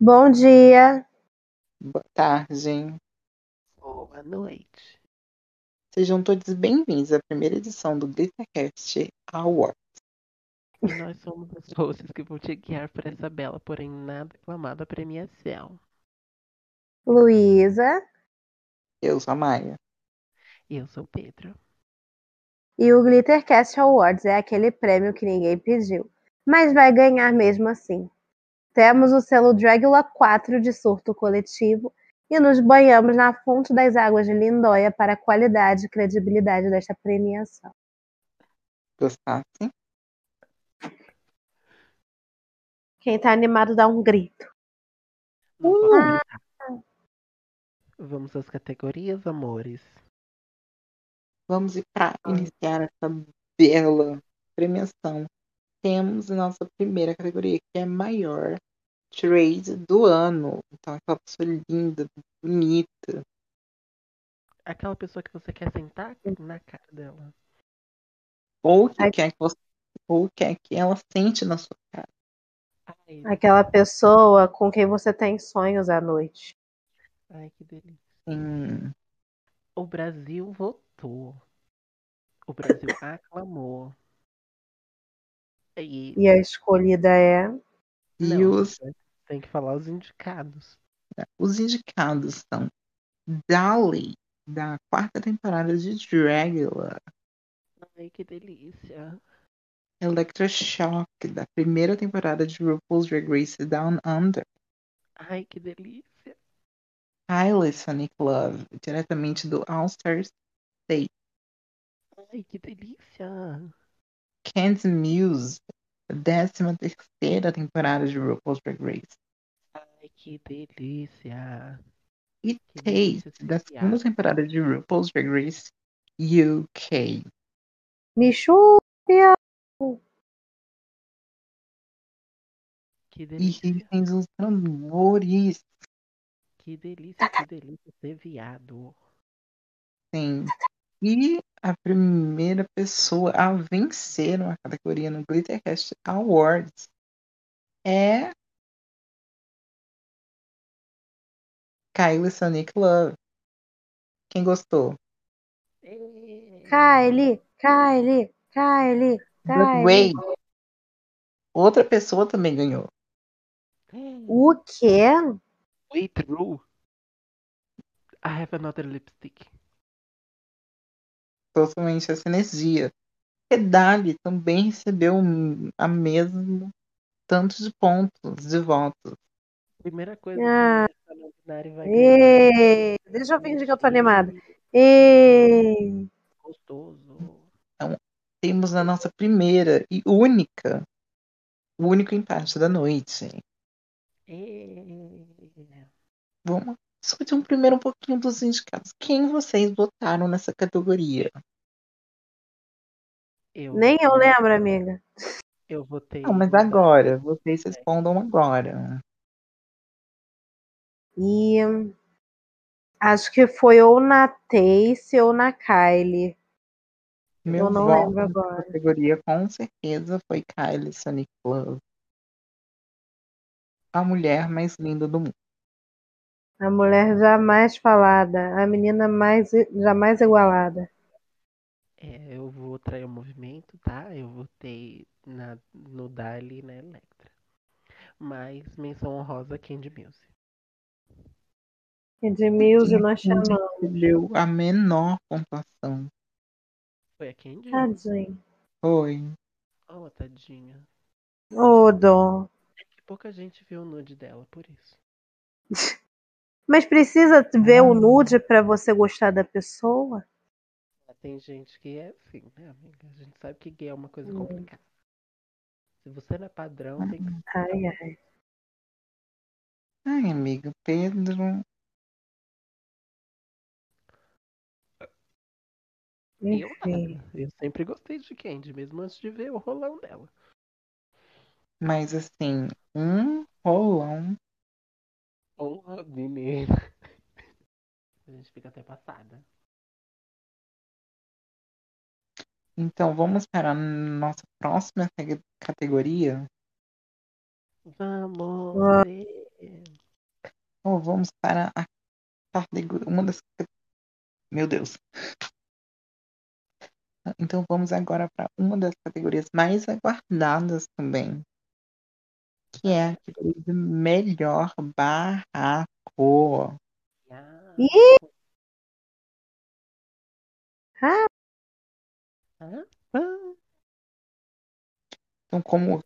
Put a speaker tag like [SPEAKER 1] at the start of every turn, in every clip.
[SPEAKER 1] Bom dia.
[SPEAKER 2] Boa tarde.
[SPEAKER 3] Boa noite.
[SPEAKER 2] Sejam todos bem-vindos à primeira edição do GritaCast Awards.
[SPEAKER 3] E nós somos as hosts que vão te guiar por essa bela, porém nada aclamada premiação.
[SPEAKER 1] Luísa
[SPEAKER 2] Eu sou a Maia.
[SPEAKER 3] Eu sou o Pedro.
[SPEAKER 1] e o Glittercast Awards é aquele prêmio que ninguém pediu, mas vai ganhar mesmo assim. Temos o selo Dragula 4 de surto coletivo e nos banhamos na fonte das águas de Lindóia para a qualidade e credibilidade desta premiação.
[SPEAKER 2] Gostassem?
[SPEAKER 1] Quem tá animado dá um grito.
[SPEAKER 3] Não
[SPEAKER 2] Uh!
[SPEAKER 3] posso gritar. Vamos às categorias, amores.
[SPEAKER 2] Vamos ir para
[SPEAKER 3] Ai.
[SPEAKER 2] iniciar essa bela premiação. Temos a nossa primeira categoria, que é a maior trade do ano. Então, aquela pessoa linda, bonita.
[SPEAKER 3] Aquela pessoa que você quer sentar na cara dela.
[SPEAKER 2] Ou que
[SPEAKER 1] Ai.
[SPEAKER 2] quer que você. Ou quer que ela sente na sua cara.
[SPEAKER 3] Ai,
[SPEAKER 1] Aquela pessoa com quem você tem sonhos à noite.
[SPEAKER 3] ai, que delícia.
[SPEAKER 2] Hum,
[SPEAKER 3] O Brasil votou. O Brasil aclamou. E
[SPEAKER 1] E a escolhida é.
[SPEAKER 2] E
[SPEAKER 3] Não.
[SPEAKER 2] os,
[SPEAKER 3] tem que falar os indicados.
[SPEAKER 2] os indicados são Dali, da quarta temporada de Dragula.
[SPEAKER 3] Ai, que delícia.
[SPEAKER 2] Electroshock, da primeira temporada de RuPaul's Drag Race Down Under.
[SPEAKER 3] Ai, que delícia.
[SPEAKER 2] Kylie Sonic Love, diretamente do All Stars.
[SPEAKER 3] Ai, que delícia.
[SPEAKER 2] Candy Muse, da décima terceira temporada de RuPaul's Drag Race.
[SPEAKER 3] Ai, que delícia.
[SPEAKER 2] E
[SPEAKER 3] Que delícia
[SPEAKER 2] Taste,
[SPEAKER 3] esse
[SPEAKER 2] da segunda
[SPEAKER 3] viado.
[SPEAKER 2] temporada de RuPaul's Drag Race UK.
[SPEAKER 1] Michu!
[SPEAKER 3] Que
[SPEAKER 2] E
[SPEAKER 3] delícia.
[SPEAKER 2] rifem os tambores,
[SPEAKER 3] Que delícia, que delícia ser viado.
[SPEAKER 2] sim. E a primeira pessoa a vencer uma categoria no Glittercast Awards é Kylie Sonic Love. Quem gostou?
[SPEAKER 3] Ê.
[SPEAKER 1] Kylie! Kylie! Kylie!
[SPEAKER 2] But
[SPEAKER 1] Kylie!
[SPEAKER 2] wait, outra pessoa também ganhou.
[SPEAKER 3] É.
[SPEAKER 1] O quê?
[SPEAKER 3] We through. I have another lipstick.
[SPEAKER 2] Totalmente essa energia. Kedali também recebeu um- a mesmo tanto de pontos de votos.
[SPEAKER 3] Primeira coisa
[SPEAKER 1] Ah.
[SPEAKER 3] que essa não binária vai ganhar.
[SPEAKER 1] Ei, deixa eu fingir que eu tô animada. Ei,
[SPEAKER 3] Gostoso.
[SPEAKER 2] Temos a nossa primeira e única, o único empate da noite.
[SPEAKER 3] Ê.
[SPEAKER 2] Vamos discutir um primeiro um pouquinho dos indicados. Quem vocês votaram nessa categoria?
[SPEAKER 3] Eu,
[SPEAKER 1] nem eu né? lembro, amiga.
[SPEAKER 3] Eu votei.
[SPEAKER 2] Não, mas
[SPEAKER 3] no-
[SPEAKER 2] agora, vocês respondam agora.
[SPEAKER 1] E hum, acho que foi ou na Tace ou na Kylie.
[SPEAKER 2] Meu
[SPEAKER 1] eu não
[SPEAKER 2] voto
[SPEAKER 1] lembro
[SPEAKER 2] nessa
[SPEAKER 1] agora.
[SPEAKER 2] categoria com certeza foi Kylie Sonic Love. A mulher mais linda do mundo.
[SPEAKER 1] A mulher jamais falada, a menina mais, jamais igualada.
[SPEAKER 3] É, eu vou trair o movimento, tá? Eu votei na, no Dali e na Electra. Mas menção honrosa Candy Muse.
[SPEAKER 1] Edmilson,
[SPEAKER 2] Quem
[SPEAKER 1] nós chamamos.
[SPEAKER 2] Escolheu a menor pontuação.
[SPEAKER 3] Foi a Candy?
[SPEAKER 1] Ah, Tadinho.
[SPEAKER 2] Foi.
[SPEAKER 3] Oh, tadinha. É
[SPEAKER 1] Ô, Dom.
[SPEAKER 3] Que pouca gente viu o nude dela, por isso.
[SPEAKER 1] Mas precisa ver o nude pra você gostar da pessoa?
[SPEAKER 3] Ah, Tem gente que é assim, né, amiga? A gente sabe que gay é uma coisa
[SPEAKER 1] Hum.
[SPEAKER 3] complicada. Se você não é padrão, tem que ser.
[SPEAKER 1] Ai, ai.
[SPEAKER 2] Ai, amigo, Pedro.
[SPEAKER 3] Eu
[SPEAKER 1] Enfim.
[SPEAKER 3] nada. Eu sempre gostei de Candy, mesmo antes de ver o rolão dela.
[SPEAKER 2] Mas assim, um rolão.
[SPEAKER 3] Honra, menina. A gente fica até passada.
[SPEAKER 2] Então vamos para a nossa próxima categoria.
[SPEAKER 3] Vamos! ver.
[SPEAKER 2] Então vamos para a categoria. Uma das. Meu Deus. Então vamos agora para uma das categorias mais aguardadas também. Que é a categoria de melhor barraco.
[SPEAKER 3] Ah,
[SPEAKER 1] Ih! Ah,
[SPEAKER 3] ah, ah.
[SPEAKER 2] Então, como,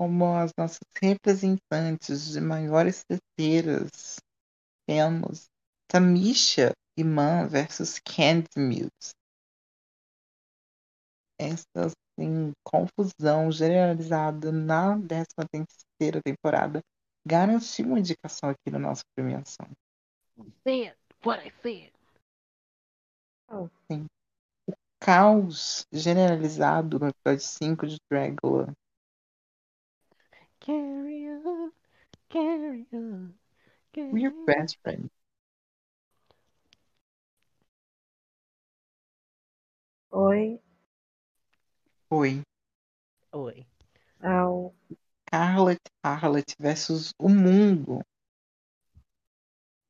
[SPEAKER 2] como as nossas representantes de maiores terceiras, temos Tamisha Iman versus Candy Mills. Essa assim, confusão generalizada na 13 terceira temporada garantiu uma indicação aqui na nossa premiação.
[SPEAKER 3] Saying what I said.
[SPEAKER 2] Caos generalizado no episódio 5 de Dragula.
[SPEAKER 3] Carry on, carry on, carry
[SPEAKER 2] We're
[SPEAKER 3] on.
[SPEAKER 2] best friends.
[SPEAKER 1] oi,
[SPEAKER 2] Foi
[SPEAKER 3] Oi.
[SPEAKER 1] ao.
[SPEAKER 2] Scarlet Harlot versus o mundo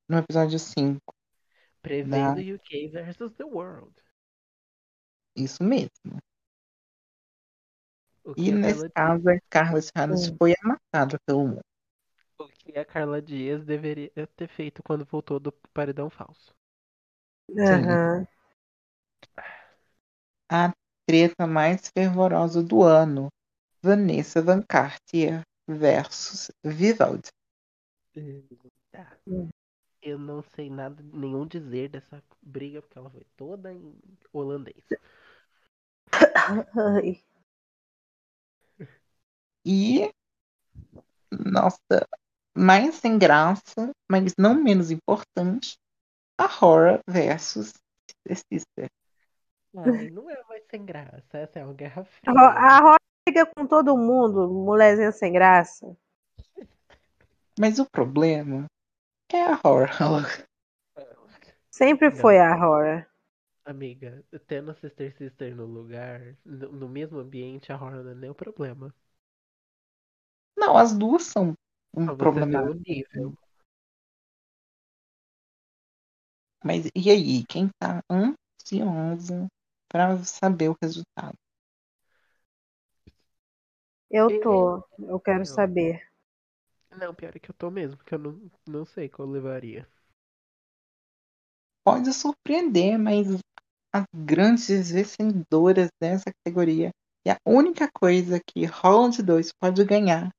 [SPEAKER 2] no episódio 5.
[SPEAKER 3] Prevendo UK versus the world.
[SPEAKER 2] Isso mesmo.
[SPEAKER 3] O
[SPEAKER 2] E
[SPEAKER 3] a
[SPEAKER 2] nesse
[SPEAKER 3] Carla-
[SPEAKER 2] caso, a Scarlet Harlot
[SPEAKER 1] Hum.
[SPEAKER 2] foi amassada pelo mundo.
[SPEAKER 3] o que a Carla Dias deveria ter feito quando voltou do paredão falso.
[SPEAKER 1] Aham.
[SPEAKER 2] Treta mais fervorosa do ano. Vanessa Van Cartier versus Vivaldi.
[SPEAKER 3] Tá.
[SPEAKER 1] Hum.
[SPEAKER 3] Eu não sei nada, nenhum dizer dessa briga, porque ela foi toda em holandês.
[SPEAKER 1] Ai.
[SPEAKER 2] E nossa, mais sem graça, mas não menos importante, a Horror versus Sister.
[SPEAKER 3] Ai, não é mais sem graça, essa é uma guerra
[SPEAKER 1] A
[SPEAKER 3] fria.
[SPEAKER 1] Ro- ah! A Rosa fica com todo mundo, mulherzinha sem graça.
[SPEAKER 2] Mas o problema é a Horror.
[SPEAKER 1] Sempre
[SPEAKER 3] Não.
[SPEAKER 1] foi a Rora.
[SPEAKER 3] Amiga, tendo a Sister Sister no lugar, no, no mesmo ambiente, a Horror não é nem o problema.
[SPEAKER 2] Não, as duas são um
[SPEAKER 3] Pra Ah, você
[SPEAKER 2] problema.
[SPEAKER 3] ver o nível.
[SPEAKER 2] Mas e aí, quem tá ansiosa pra saber o resultado?
[SPEAKER 1] Eu
[SPEAKER 3] Eu-
[SPEAKER 1] tô, eu quero
[SPEAKER 3] eu-
[SPEAKER 1] saber.
[SPEAKER 3] É. Não, pior é que eu tô mesmo, porque eu não, não sei qual eu levaria.
[SPEAKER 2] Pode surpreender, mas as grandes vencedoras dessa categoria e a única coisa que Holland 2 pode ganhar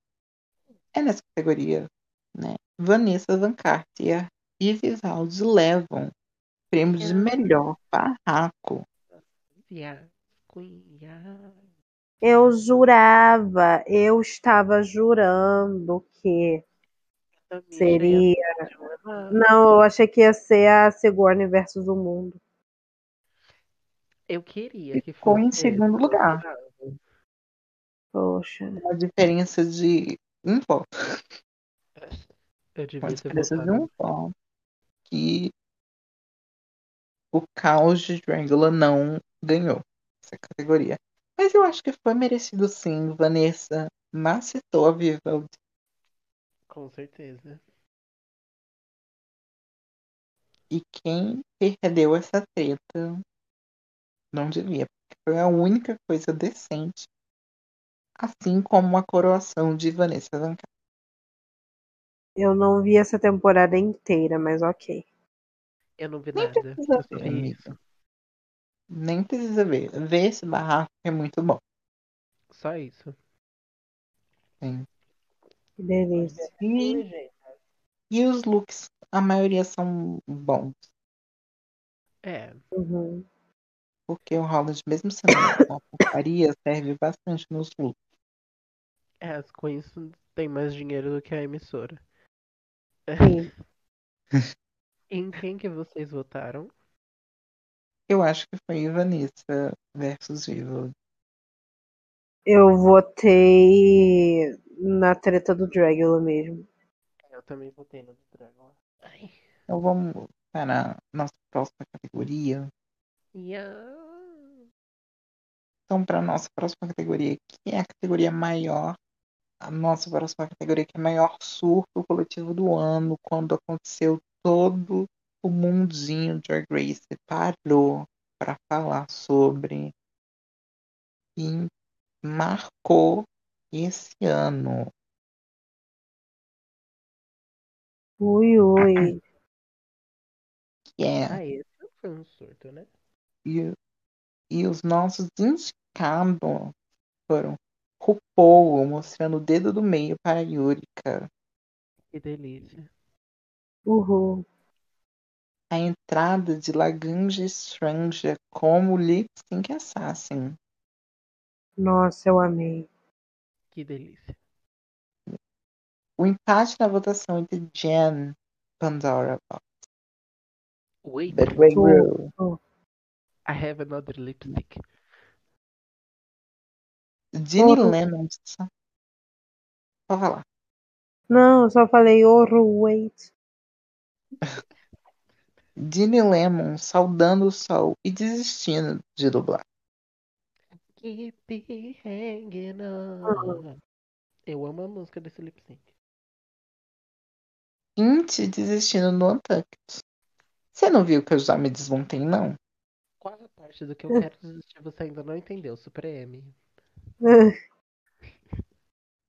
[SPEAKER 2] é nessa categoria, né? Vanessa Van Cartier e Vivaldi levam o prêmio de
[SPEAKER 1] Hum.
[SPEAKER 3] Ah.
[SPEAKER 2] melhor barraco.
[SPEAKER 3] Viado, cunhado.
[SPEAKER 1] Eu jurava, eu estava jurando que
[SPEAKER 3] Tamisha ia
[SPEAKER 1] seria.
[SPEAKER 3] de um levar.
[SPEAKER 1] Não, eu achei que ia ser a Sigourney versus o mundo.
[SPEAKER 3] Eu queria que
[SPEAKER 2] Ficou
[SPEAKER 3] fosse.
[SPEAKER 2] em segundo
[SPEAKER 3] eu
[SPEAKER 2] lugar.
[SPEAKER 3] jurava.
[SPEAKER 1] Poxa.
[SPEAKER 2] A diferença de um voto.
[SPEAKER 3] Eu
[SPEAKER 2] Uma
[SPEAKER 3] devia ter
[SPEAKER 2] diferença de
[SPEAKER 3] votado.
[SPEAKER 2] um voto que o caos de Drangula não ganhou essa categoria. Mas eu acho que foi merecido sim. Vanessa macetou a Vivaldi.
[SPEAKER 3] Com certeza.
[SPEAKER 2] E quem perdeu essa treta não devia, porque foi a única coisa decente. Assim como a coroação de Vanessa Van Car-
[SPEAKER 1] Eu não vi essa temporada inteira, mas ok.
[SPEAKER 3] Eu não vi
[SPEAKER 2] Nem
[SPEAKER 3] nada.
[SPEAKER 2] precisa
[SPEAKER 3] Eu só
[SPEAKER 2] ver,
[SPEAKER 3] vi
[SPEAKER 2] amiga.
[SPEAKER 3] isso.
[SPEAKER 2] Nem precisa ver. Ver esse barraco é muito bom.
[SPEAKER 3] Só isso.
[SPEAKER 1] Que delícia.
[SPEAKER 2] E, e os looks, a maioria são bons.
[SPEAKER 3] É,
[SPEAKER 1] Uhum.
[SPEAKER 2] Porque o Holland, mesmo sendo uma porcaria, serve bastante nos looks.
[SPEAKER 3] é, as queens têm mais dinheiro do que a emissora.
[SPEAKER 1] Sim.
[SPEAKER 3] Em quem que vocês votaram?
[SPEAKER 2] Eu acho que foi Vanessa versus Vivaldi.
[SPEAKER 1] Eu votei na treta do Dragula mesmo.
[SPEAKER 3] É, Eu também votei no Dragon. Ai.
[SPEAKER 2] Então vamos para a nossa próxima categoria.
[SPEAKER 3] Yeah.
[SPEAKER 2] Então, para a nossa próxima categoria, que é a categoria maior a nossa próxima categoria, que é o maior surto coletivo do ano, quando aconteceu todo o mundinho Drag Race parou para falar sobre e marcou esse ano.
[SPEAKER 1] Ui, ui.
[SPEAKER 2] que é
[SPEAKER 3] Ah, esse foi um surto, né?
[SPEAKER 2] E, e os nossos indicados foram RuPaul mostrando o dedo do meio para Yurika.
[SPEAKER 3] Que delícia.
[SPEAKER 1] Uhul.
[SPEAKER 2] A entrada de Laganja Stranger como Lip Sync Assassin.
[SPEAKER 1] Nossa, eu amei.
[SPEAKER 3] Que delícia.
[SPEAKER 2] O empate na votação entre Jen Pandora
[SPEAKER 3] Wait,
[SPEAKER 2] The Grey
[SPEAKER 1] Tô.
[SPEAKER 2] Rule,
[SPEAKER 3] I have another lipstick.
[SPEAKER 2] Ginny
[SPEAKER 1] Tô.
[SPEAKER 2] Lennox. Pode falar.
[SPEAKER 1] Não, eu só falei "Oh, ouro, wait.
[SPEAKER 2] Ginny Lemon saudando o sol e desistindo de dublar.
[SPEAKER 3] Keep it hanging on. Eu amo a música desse lip sync.
[SPEAKER 2] Inti desistindo no Untucked. Você não viu que eu já me desmontei, não?
[SPEAKER 3] Qual a parte do que eu quero desistir você ainda não entendeu, Super M?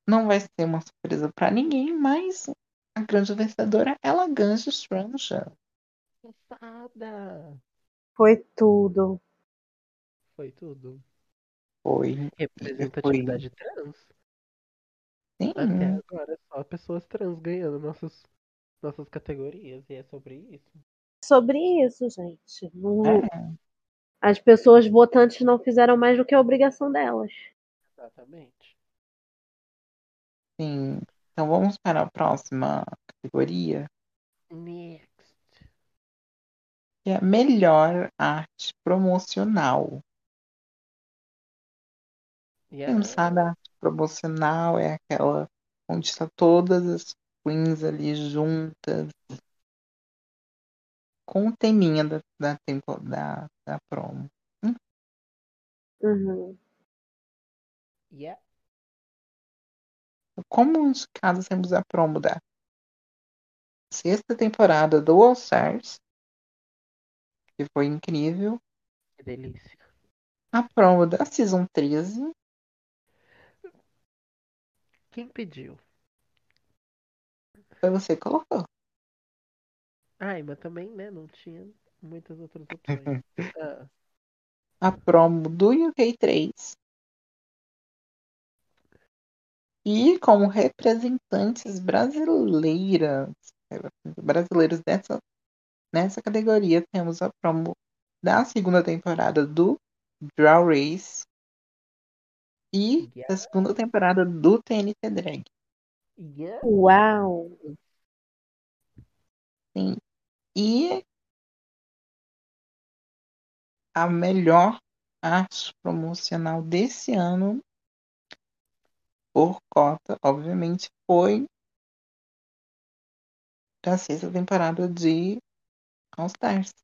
[SPEAKER 2] Não vai ser uma surpresa pra ninguém, mas a grande vencedora é Laganja Stranger.
[SPEAKER 3] Passada!
[SPEAKER 1] Foi tudo.
[SPEAKER 3] Foi tudo.
[SPEAKER 2] Foi.
[SPEAKER 3] Representatividade trans?
[SPEAKER 2] Sim.
[SPEAKER 3] Até agora só pessoas trans ganhando nossos, nossas categorias. E é sobre isso.
[SPEAKER 1] Sobre isso, gente. Não-
[SPEAKER 2] É.
[SPEAKER 1] As pessoas votantes não fizeram mais do que a obrigação delas.
[SPEAKER 3] Exatamente.
[SPEAKER 2] Sim. Então vamos para a próxima categoria,
[SPEAKER 3] Next.
[SPEAKER 2] que é melhor arte promocional. Quem não
[SPEAKER 3] Yeah.
[SPEAKER 2] sabe, a arte promocional é aquela onde está todas as queens ali juntas com o teminha da, da, tempo- da, da promo.
[SPEAKER 1] Uhum.
[SPEAKER 3] Yeah.
[SPEAKER 2] Como indicados temos a promo da sexta temporada do All Stars, que foi incrível,
[SPEAKER 3] Que delícia.
[SPEAKER 2] a promo da Season 13,
[SPEAKER 3] Quem pediu?
[SPEAKER 2] foi você que colocou.
[SPEAKER 3] Ai, mas também, né? Não tinha muitas outras opções. Ah,
[SPEAKER 2] a promo do UK3. E como representantes brasileiras, brasileiros dessa, nessa categoria, temos a promo da segunda temporada do Draw Race e
[SPEAKER 3] yeah.
[SPEAKER 2] da segunda temporada do TNT Drag.
[SPEAKER 3] Yeah.
[SPEAKER 1] Uau!
[SPEAKER 2] E a melhor arte promocional desse ano, por cota, obviamente, foi da sexta temporada de All Stars.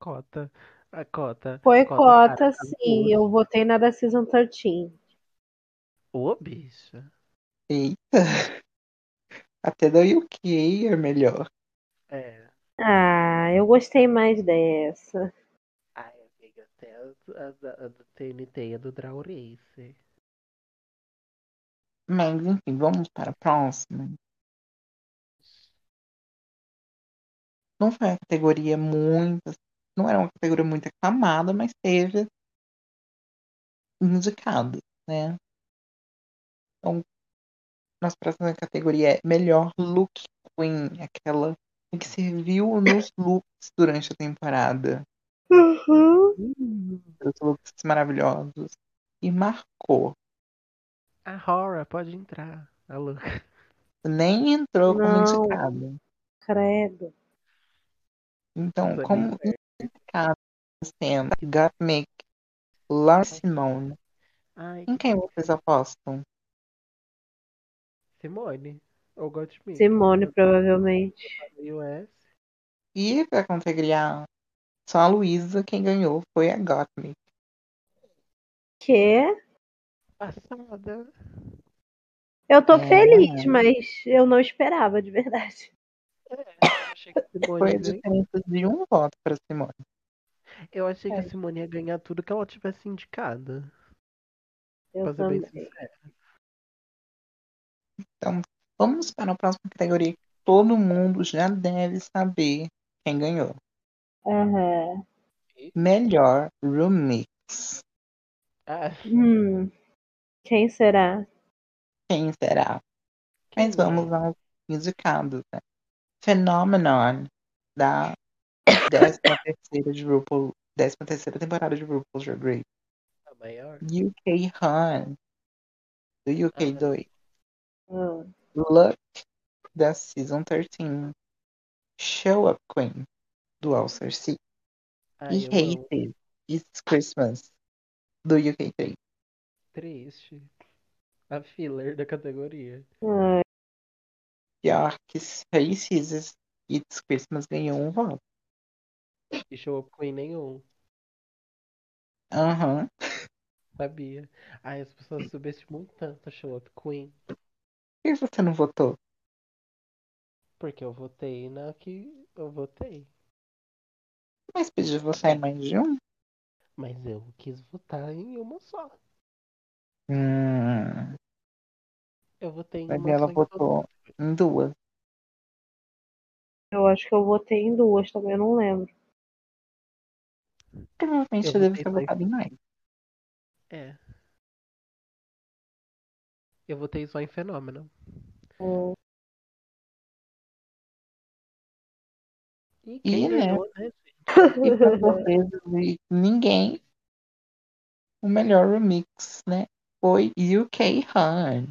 [SPEAKER 3] Cota. A cota.
[SPEAKER 1] Foi cota,
[SPEAKER 3] cara,
[SPEAKER 1] sim.
[SPEAKER 3] tá
[SPEAKER 1] Eu votei na da Season 13.
[SPEAKER 3] boa. Ô, bicha.
[SPEAKER 2] Eita! Até da UK é melhor.
[SPEAKER 3] É.
[SPEAKER 1] Ah, eu gostei mais dessa.
[SPEAKER 3] Ai, amiga, até a, a, a do TNT e a do Draw Race.
[SPEAKER 2] Mas enfim, vamos para a próxima. Não foi uma categoria muito. Não era uma categoria muito aclamada, mas teve indicado, né? Então, nossa próxima categoria é Melhor Look Queen, aquela que serviu nos looks durante a temporada.
[SPEAKER 1] Uhum.
[SPEAKER 2] Os looks maravilhosos. E marcou.
[SPEAKER 3] A Hora, pode entrar. A louca.
[SPEAKER 2] Nem entrou como
[SPEAKER 1] Não.
[SPEAKER 2] indicada.
[SPEAKER 1] Credo.
[SPEAKER 2] Então,
[SPEAKER 3] Essa
[SPEAKER 2] como
[SPEAKER 3] lista é-
[SPEAKER 2] indicado, temos Got Make, Laura Simone.
[SPEAKER 3] Ai,
[SPEAKER 2] Em quem vocês apostam?
[SPEAKER 3] Simone. Ou Gottmik.
[SPEAKER 1] Simone, provavelmente.
[SPEAKER 3] E o S.
[SPEAKER 2] E pra categoria só a Luísa, quem ganhou foi a Got Make.
[SPEAKER 1] Que?
[SPEAKER 3] Passada.
[SPEAKER 1] Eu tô
[SPEAKER 2] É.
[SPEAKER 1] feliz, mas eu não esperava, de verdade.
[SPEAKER 3] É, Eu achei que a Simone
[SPEAKER 2] Foi a
[SPEAKER 3] ia ganhar-
[SPEAKER 2] diferença de um voto para Simone.
[SPEAKER 3] Eu achei que
[SPEAKER 2] É.
[SPEAKER 3] a Simone ia ganhar tudo que ela tivesse indicada.
[SPEAKER 1] Eu
[SPEAKER 3] pra ser bem
[SPEAKER 1] também.
[SPEAKER 3] sincero.
[SPEAKER 2] Vamos para a próxima categoria. Todo mundo já deve saber quem ganhou.
[SPEAKER 1] Aham.
[SPEAKER 2] Melhor remix.
[SPEAKER 3] Ah,
[SPEAKER 1] Hum. Quem será?
[SPEAKER 2] Quem será?
[SPEAKER 3] quem
[SPEAKER 2] Mas vamos aos indicados. Né? Phenomenon, da 13 terceira de RuPaul, 13 terceira temporada de RuPaul's Drag Race.
[SPEAKER 3] mais? A maior?
[SPEAKER 2] UK Han, do UK
[SPEAKER 3] Ah.
[SPEAKER 2] 2.
[SPEAKER 1] Hum.
[SPEAKER 2] Luck, da Season 13. Show Up Queen, do All Star Six.
[SPEAKER 3] Ai,
[SPEAKER 2] E
[SPEAKER 3] eu amo.
[SPEAKER 2] Hated, It's Christmas, do UK 3.
[SPEAKER 3] Triste. A filler da categoria.
[SPEAKER 1] Ai,
[SPEAKER 2] Pior que seis seasons, It's Christmas ganhou um voto.
[SPEAKER 3] E show up queen nenhum.
[SPEAKER 2] Aham.
[SPEAKER 3] Sabia. Ai, as pessoas subestimam tanto a show up queen.
[SPEAKER 2] Por que você não votou?
[SPEAKER 3] Porque eu votei na que eu votei.
[SPEAKER 2] Mas pediu votar em mais de um?
[SPEAKER 3] Mas eu quis votar em uma só.
[SPEAKER 2] Hum,
[SPEAKER 3] Eu votei em
[SPEAKER 2] mas
[SPEAKER 3] uma
[SPEAKER 2] ela
[SPEAKER 3] só. em todas.
[SPEAKER 2] votou em duas.
[SPEAKER 1] eu acho que eu votei em duas também, eu não lembro.
[SPEAKER 2] Provavelmente
[SPEAKER 3] Eu
[SPEAKER 2] eu deve
[SPEAKER 3] votei
[SPEAKER 2] ter
[SPEAKER 3] mais.
[SPEAKER 2] votado em mais.
[SPEAKER 3] É. Eu votei só em fenômeno.
[SPEAKER 1] Hum.
[SPEAKER 3] E quem
[SPEAKER 2] né?
[SPEAKER 3] ganhou, né? gente?
[SPEAKER 2] E pra vocês e ninguém, o melhor remix, né? Foi UK Han.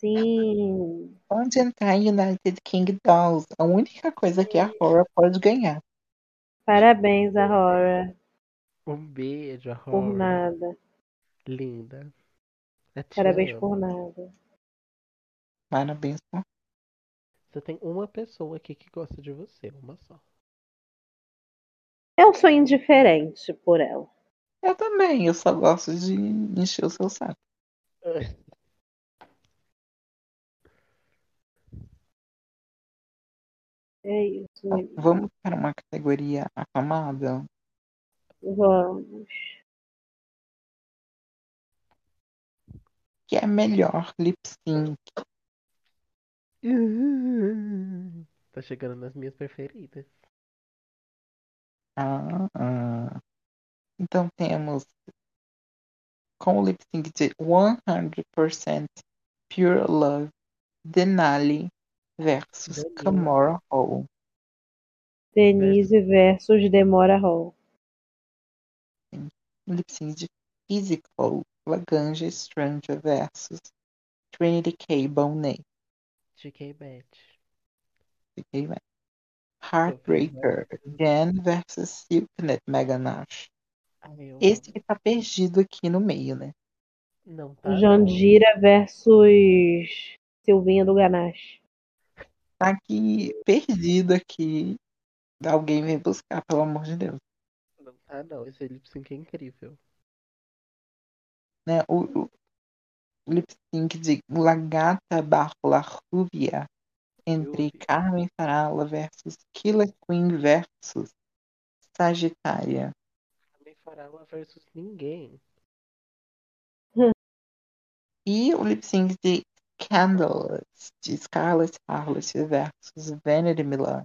[SPEAKER 1] Sim.
[SPEAKER 2] Onde entrar em United Kingdoms, a única coisa que a Horror pode ganhar.
[SPEAKER 1] Parabéns, Aurora,
[SPEAKER 3] Um beijo, a
[SPEAKER 1] por
[SPEAKER 3] Horror.
[SPEAKER 1] nada.
[SPEAKER 3] Linda. É A tia
[SPEAKER 1] Parabéns
[SPEAKER 3] ama.
[SPEAKER 1] por nada.
[SPEAKER 2] Parabéns por
[SPEAKER 3] Você tem uma pessoa aqui que gosta de você, uma só.
[SPEAKER 1] Eu sou indiferente por ela.
[SPEAKER 2] Eu também, eu só gosto de encher o seu saco.
[SPEAKER 1] É isso, menino.
[SPEAKER 2] Vamos para uma categoria aclamada.
[SPEAKER 1] Vamos.
[SPEAKER 2] Que é melhor lip sync.
[SPEAKER 3] Tá chegando nas minhas preferidas.
[SPEAKER 2] Ah, ah. Então temos com o lip sync de 100% Pure Love Denali versus
[SPEAKER 3] Denali.
[SPEAKER 2] Camora Hall.
[SPEAKER 1] Denise versus Demora Hall.
[SPEAKER 2] Um lip sync de Physical Laganja Stranger versus Trinity K. Bonet.
[SPEAKER 3] Chiquei Bet.
[SPEAKER 2] Fiquei bem. Ah, Heartbreaker Jen versus Silknet Mega Nash.
[SPEAKER 3] Ai, Ah, eu
[SPEAKER 2] Esse
[SPEAKER 3] amo.
[SPEAKER 2] que tá perdido aqui no meio, né?
[SPEAKER 3] Não, tá. não.
[SPEAKER 1] Jandira versus Silvinha do Ganache.
[SPEAKER 2] Tá aqui perdido aqui. Alguém vem buscar, pelo amor de Deus.
[SPEAKER 3] Não tá, não. Esse lip sync é incrível.
[SPEAKER 2] Né? O, o o lip sync de La Gata barra La Rubia entre
[SPEAKER 3] Rubia.
[SPEAKER 2] Carmen Farala versus Killer Queen versus Sagitária.
[SPEAKER 3] Também Farala versus ninguém.
[SPEAKER 2] E o lip sync de Candles de Scarlett Harlot versus Vanity Milan.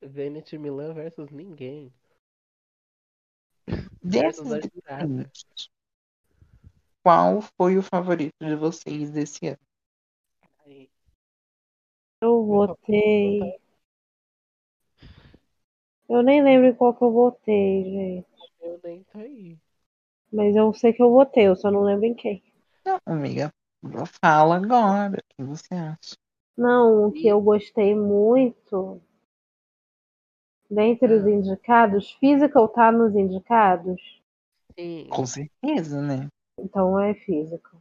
[SPEAKER 3] Venet Milan versus ninguém.
[SPEAKER 2] Desses
[SPEAKER 3] Versus a
[SPEAKER 2] lip
[SPEAKER 3] jurada.
[SPEAKER 2] syncs, qual foi o favorito de vocês desse ano?
[SPEAKER 3] Ai,
[SPEAKER 1] Eu votei.
[SPEAKER 3] eu
[SPEAKER 1] Eu nem lembro em qual que eu votei, gente.
[SPEAKER 3] eu nem tô aí.
[SPEAKER 1] Mas eu sei que eu votei, eu só não lembro em quem.
[SPEAKER 2] Não, amiga, fala agora. O que você acha?
[SPEAKER 1] Não, o que eu gostei muito. Dentre os
[SPEAKER 3] Ah.
[SPEAKER 1] indicados, Physical tá nos indicados?
[SPEAKER 3] Sim.
[SPEAKER 2] Com certeza, né?
[SPEAKER 1] Então é Physical.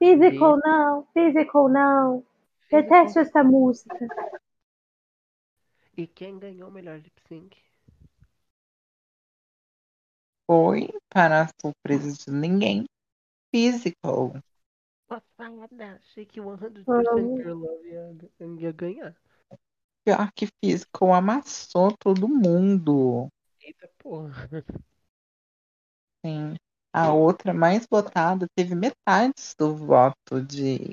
[SPEAKER 1] Physical não, Physical não. Detesto essa música.
[SPEAKER 3] E quem ganhou o melhor lip sync?
[SPEAKER 2] Foi, para a surpresa de ninguém, Physical.
[SPEAKER 3] Passada, achei que 100%
[SPEAKER 1] Amo.
[SPEAKER 3] Your Love ia, ia ganhar.
[SPEAKER 2] Pior que Physical amassou todo mundo.
[SPEAKER 3] Eita porra.
[SPEAKER 2] Sim. A outra mais votada teve metade do voto de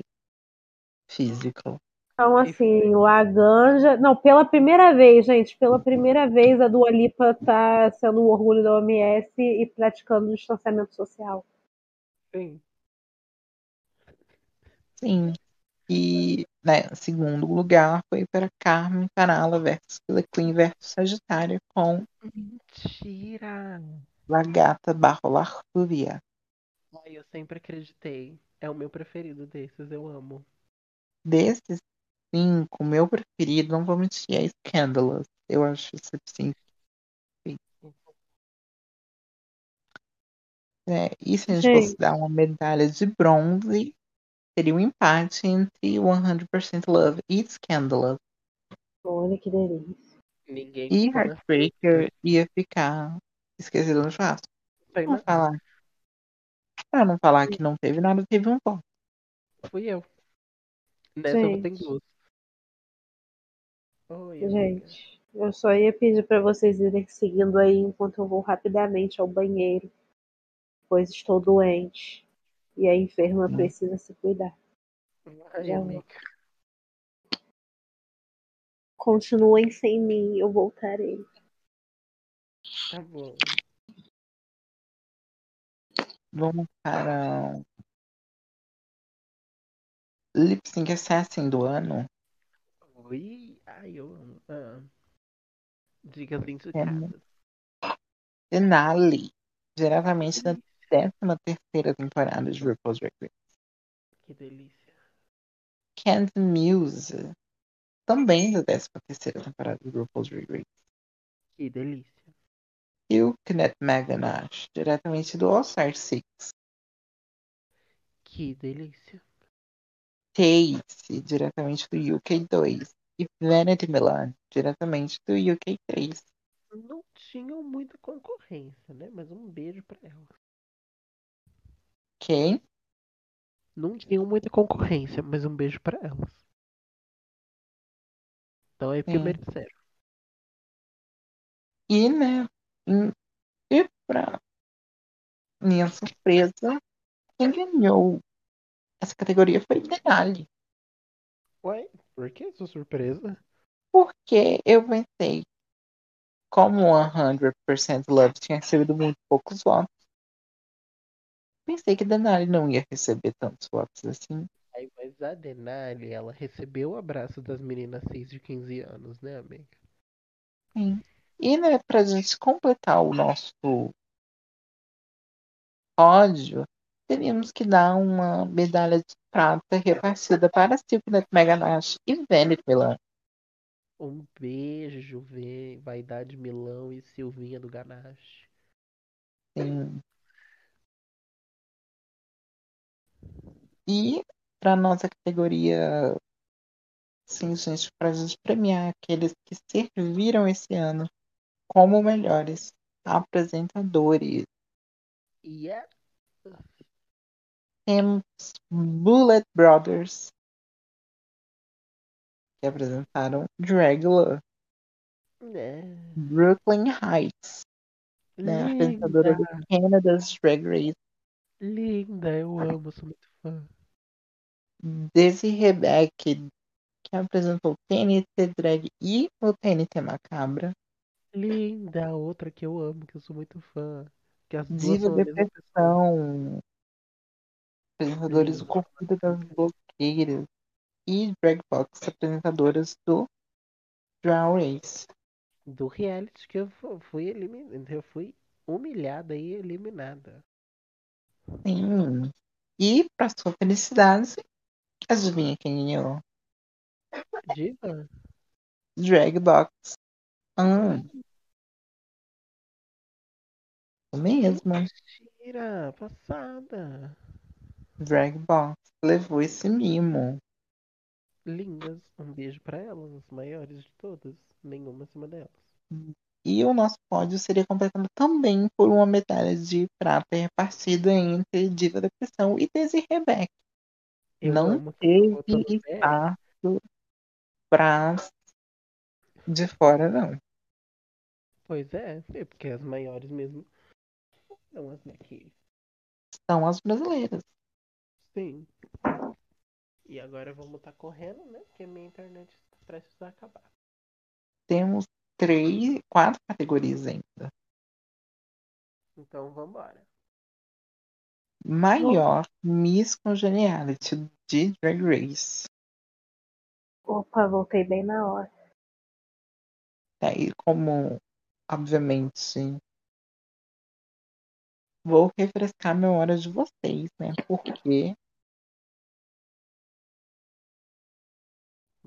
[SPEAKER 2] Physical.
[SPEAKER 1] Então,
[SPEAKER 3] E foi.
[SPEAKER 1] assim, Laganja. Não, pela primeira vez, gente, pela primeira vez a Dua Lipa tá sendo o orgulho da OMS e praticando distanciamento social.
[SPEAKER 3] Sim.
[SPEAKER 2] Sim. E, né, segundo lugar foi para Carmen Farala versus The Queen versus Sagitário com
[SPEAKER 3] Mentira.
[SPEAKER 2] La Gata barro La Fúria.
[SPEAKER 3] Ai, eu sempre acreditei. É o meu preferido desses, eu amo.
[SPEAKER 2] Desses cinco, o meu preferido, não vou mentir, é Scandalous. Eu acho esse sim. É, e se a gente, fosse
[SPEAKER 1] Gente.
[SPEAKER 2] dar uma medalha de bronze, seria um empate entre 100% Love e Scandalous.
[SPEAKER 1] Olha que delícia.
[SPEAKER 3] Ninguém
[SPEAKER 2] E
[SPEAKER 3] ficou na
[SPEAKER 2] Heartbreaker ia ficar esquecido no churrasco.
[SPEAKER 3] Foi,
[SPEAKER 2] Pra não
[SPEAKER 3] mas
[SPEAKER 2] falar, pra não falar que não teve nada, teve um voto.
[SPEAKER 3] fui eu. Nessa eu votei em
[SPEAKER 1] Gente.
[SPEAKER 3] duas. Oi, amiga.
[SPEAKER 1] Gente, eu só ia pedir pra vocês irem seguindo aí enquanto eu vou rapidamente ao banheiro, pois estou doente e a enferma
[SPEAKER 2] Hum.
[SPEAKER 1] precisa se cuidar.
[SPEAKER 3] Ai,
[SPEAKER 1] Já vou.
[SPEAKER 3] amiga.
[SPEAKER 1] Continuem sem mim, eu voltarei.
[SPEAKER 3] Tá bom.
[SPEAKER 2] Vamos para o Lip Sync Assassin assim do ano.
[SPEAKER 3] Oi. Ai, eu amo. Ah.
[SPEAKER 1] É, né?
[SPEAKER 3] Dicas
[SPEAKER 2] Temos
[SPEAKER 3] indicadas.
[SPEAKER 2] Denali, diretamente da 13ª temporada de RuPaul's Drag Race.
[SPEAKER 3] Que delícia.
[SPEAKER 2] Candy Muse, também da 13ª temporada de RuPaul's Drag Race.
[SPEAKER 3] Que delícia.
[SPEAKER 2] E o Kenneth Maganash, diretamente do All Star 6.
[SPEAKER 3] Que delícia.
[SPEAKER 2] Tace, diretamente do UK2. E Vanity Milan, diretamente do UK3.
[SPEAKER 3] Não tinham muita concorrência, né? Mas um beijo pra ela.
[SPEAKER 2] Quem?
[SPEAKER 3] Não tinham muita concorrência, mas um beijo pra elas. Então é porque
[SPEAKER 2] Sim.
[SPEAKER 3] mereceram.
[SPEAKER 2] E, né? em- E pra minha surpresa, quem ganhou essa categoria foi Denali.
[SPEAKER 3] Ué, por que essa surpresa?
[SPEAKER 2] Porque eu pensei, como 100% Love tinha recebido muito poucos votos, pensei que Denali não ia receber tantos votos assim.
[SPEAKER 3] Aí, mas a Denali, ela recebeu o abraço das meninas 6 de 15 anos, né, amiga?
[SPEAKER 2] Sim. E, né, pra gente completar o nosso ódio, teríamos que dar uma medalha de prata repartida para Silknet Meganash e Vanity Milan.
[SPEAKER 3] Um beijo, vê, Vaidade Milão e Silvinha do Ganache.
[SPEAKER 2] Sim. E para nossa categoria, sim, gente, para gente premiar aqueles que serviram esse ano como melhores apresentadores,
[SPEAKER 3] E é
[SPEAKER 2] temos Bullet Brothers, que apresentaram Dragula,
[SPEAKER 3] né?
[SPEAKER 2] Brooklyn Heights, né, apresentadora
[SPEAKER 3] Linda,
[SPEAKER 2] do Canada's Drag Race.
[SPEAKER 3] linda, eu amo, sou muito fã.
[SPEAKER 2] Desi Rebeck, que apresentou o TNT Drag e o TNT Macabra,
[SPEAKER 3] Linda, outra que eu amo, que eu sou muito fã. Que as duas
[SPEAKER 2] Diva
[SPEAKER 3] são a mesma pessoa.
[SPEAKER 2] Depressão, apresentadores do
[SPEAKER 3] Linda.
[SPEAKER 2] Corrida das Bloqueiras e Drag Box, apresentadoras do Draw Race.
[SPEAKER 3] Do reality que eu fu- fui eliminada. Eu fui humilhada e eliminada.
[SPEAKER 2] Sim. E, para sua felicidade, adivinha quem ganhou?
[SPEAKER 3] Diva?
[SPEAKER 2] Drag Box. Ah, isso mesmo.
[SPEAKER 3] Mentira, passada.
[SPEAKER 2] Drag Box levou esse mimo.
[SPEAKER 3] Lindas, um beijo pra elas, as maiores de todas. Nenhuma acima delas.
[SPEAKER 2] E o nosso pódio seria completado também por uma medalha de prata repartida entre Diva Depressão e Desi Rebeck. tá
[SPEAKER 3] Eu
[SPEAKER 2] não
[SPEAKER 3] amo que você
[SPEAKER 2] teve
[SPEAKER 3] botou no pé.
[SPEAKER 2] espaço pra de fora, não.
[SPEAKER 3] Pois é, é porque as maiores mesmo são as daqui.
[SPEAKER 2] São as brasileiras.
[SPEAKER 3] Sim. E agora vamos estar correndo, né? Porque minha internet está prestes a acabar.
[SPEAKER 2] Temos três, quatro categorias ainda.
[SPEAKER 3] Então vambora.
[SPEAKER 2] Maior Miss Congeniality de Drag Race.
[SPEAKER 1] Opa, voltei bem na hora.
[SPEAKER 2] Daí, Tá como, obviamente, vou refrescar a memória de vocês, né? Porque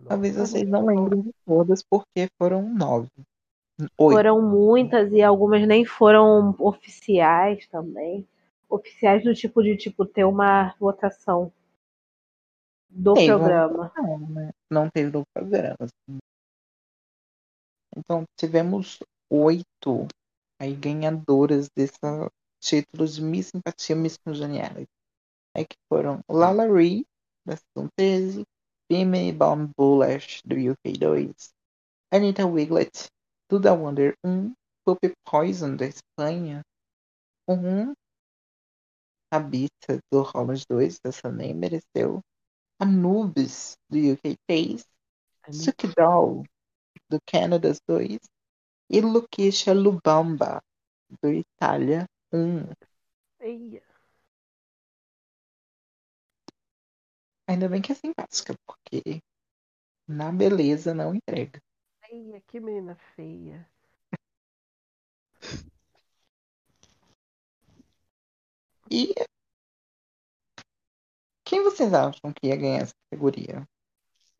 [SPEAKER 2] talvez
[SPEAKER 3] Nossa,
[SPEAKER 2] vocês não lembrem de todas, porque foram nove. Oito.
[SPEAKER 1] Foram muitas e algumas nem foram oficiais também. Oficiais do tipo de tipo ter uma votação do
[SPEAKER 2] Teve uma
[SPEAKER 1] programa.
[SPEAKER 2] Não, né? Não teve novo programa. Então, tivemos oito aí ganhadoras desse título de Miss Simpatia, Miss Congeniality. Aí que foram Lala Ree, da Season 13, Pimmy Balm Bulash, do UK 2, Anita Wiglet, do The Wonder 1, Puppy Poison, da Espanha, 1, Tabitha, do Holland 2, dessa nem mereceu, Anubis, do UK 3,
[SPEAKER 3] é muito-
[SPEAKER 2] Suki Doll, do Canada 2, e Lukisha Lubamba, do Itália 1.
[SPEAKER 3] Eia.
[SPEAKER 2] Ainda bem que é simpática, porque na beleza não entrega.
[SPEAKER 3] Eia, que menina feia.
[SPEAKER 2] E quem vocês acham que ia ganhar essa categoria?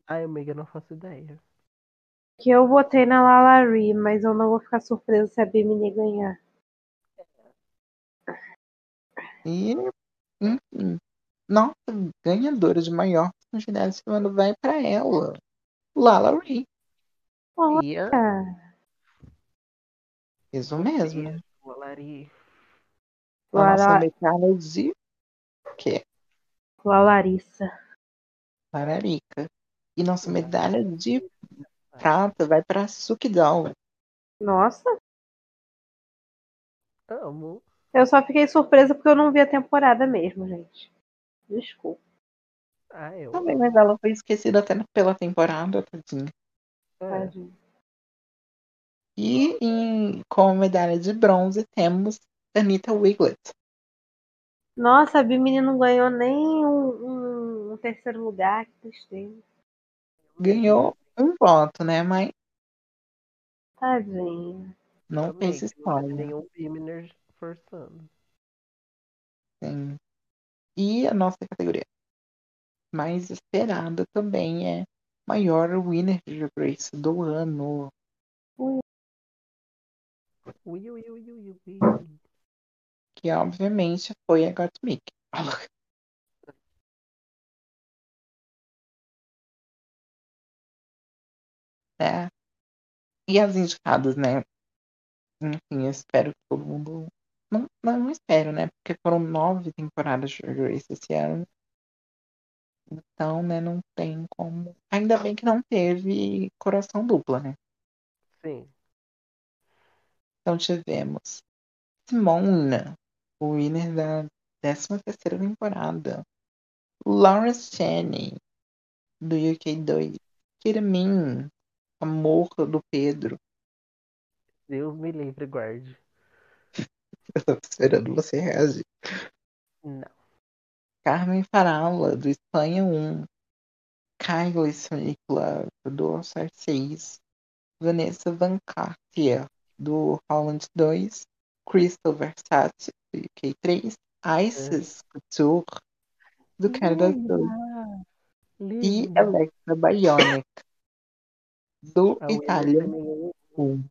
[SPEAKER 3] Ai, amiga, não faço ideia.
[SPEAKER 1] Que eu votei na Lalari, mas eu não vou ficar surpresa se a Bimini ganhar.
[SPEAKER 2] E, enfim, nossa ganhadora de maior funcionário esse ano vai para ela, Lala Ree.
[SPEAKER 3] Ia.
[SPEAKER 1] Ah,
[SPEAKER 2] Isso mesmo. né?
[SPEAKER 3] Ia, Lari.
[SPEAKER 2] A nossa
[SPEAKER 1] Lala-
[SPEAKER 2] americana de quê?
[SPEAKER 1] Lalarissa.
[SPEAKER 2] Pararica. E nossa medalha de prata vai para Sukidal.
[SPEAKER 1] Nossa,
[SPEAKER 3] Amo.
[SPEAKER 1] eu só fiquei surpresa porque eu não vi a temporada mesmo, gente. Desculpa.
[SPEAKER 3] Ai, Ah, eu
[SPEAKER 2] Também, mas ela foi esquecida até pela temporada, tadinha. É.
[SPEAKER 3] amo.
[SPEAKER 1] tadinho.
[SPEAKER 2] E em- com medalha de bronze temos Anita Wiglet.
[SPEAKER 1] Nossa, a Bimini não ganhou nem um, um- um terceiro lugar, que tristeza.
[SPEAKER 2] Ganhou um voto, né? Mas
[SPEAKER 1] Tadinho.
[SPEAKER 2] não
[SPEAKER 3] Amiga,
[SPEAKER 2] fez
[SPEAKER 3] não tem
[SPEAKER 2] história.
[SPEAKER 3] nenhum Biminer forçando.
[SPEAKER 2] Sim. E a nossa categoria mais esperada também é maior winner de Grace do ano.
[SPEAKER 3] Ui, ui, ui, ui, ui, ui.
[SPEAKER 2] Que obviamente foi a Gottmik. né? E as indicadas, né? Enfim, eu espero que todo mundo. Não, não, não espero, né? Porque foram nove temporadas de Drag Race esse ano. Então, né, não tem como. Ainda bem que não teve coração dupla, né?
[SPEAKER 3] Sim.
[SPEAKER 2] Então tivemos Simona, o winner da 13 terceira temporada. Lawrence Chaney, do UK2. Kirmin, amor do Pedro.
[SPEAKER 3] Deus me livre, e guarde.
[SPEAKER 2] Eu tava esperando você reagir.
[SPEAKER 3] Não.
[SPEAKER 2] Carmen Farala, do Espanha 1. Kylie Sonicla, do All-Star 6. Vanessa Van Cartier, do Holland 2. Crystal Versace, do UK 3.
[SPEAKER 3] É.
[SPEAKER 2] Isis Couture, do Canada
[SPEAKER 3] Hum.
[SPEAKER 2] 2. E
[SPEAKER 3] Linda.
[SPEAKER 2] Electra Bionic, do
[SPEAKER 3] A é Winner
[SPEAKER 2] é Itália
[SPEAKER 3] também
[SPEAKER 2] 1.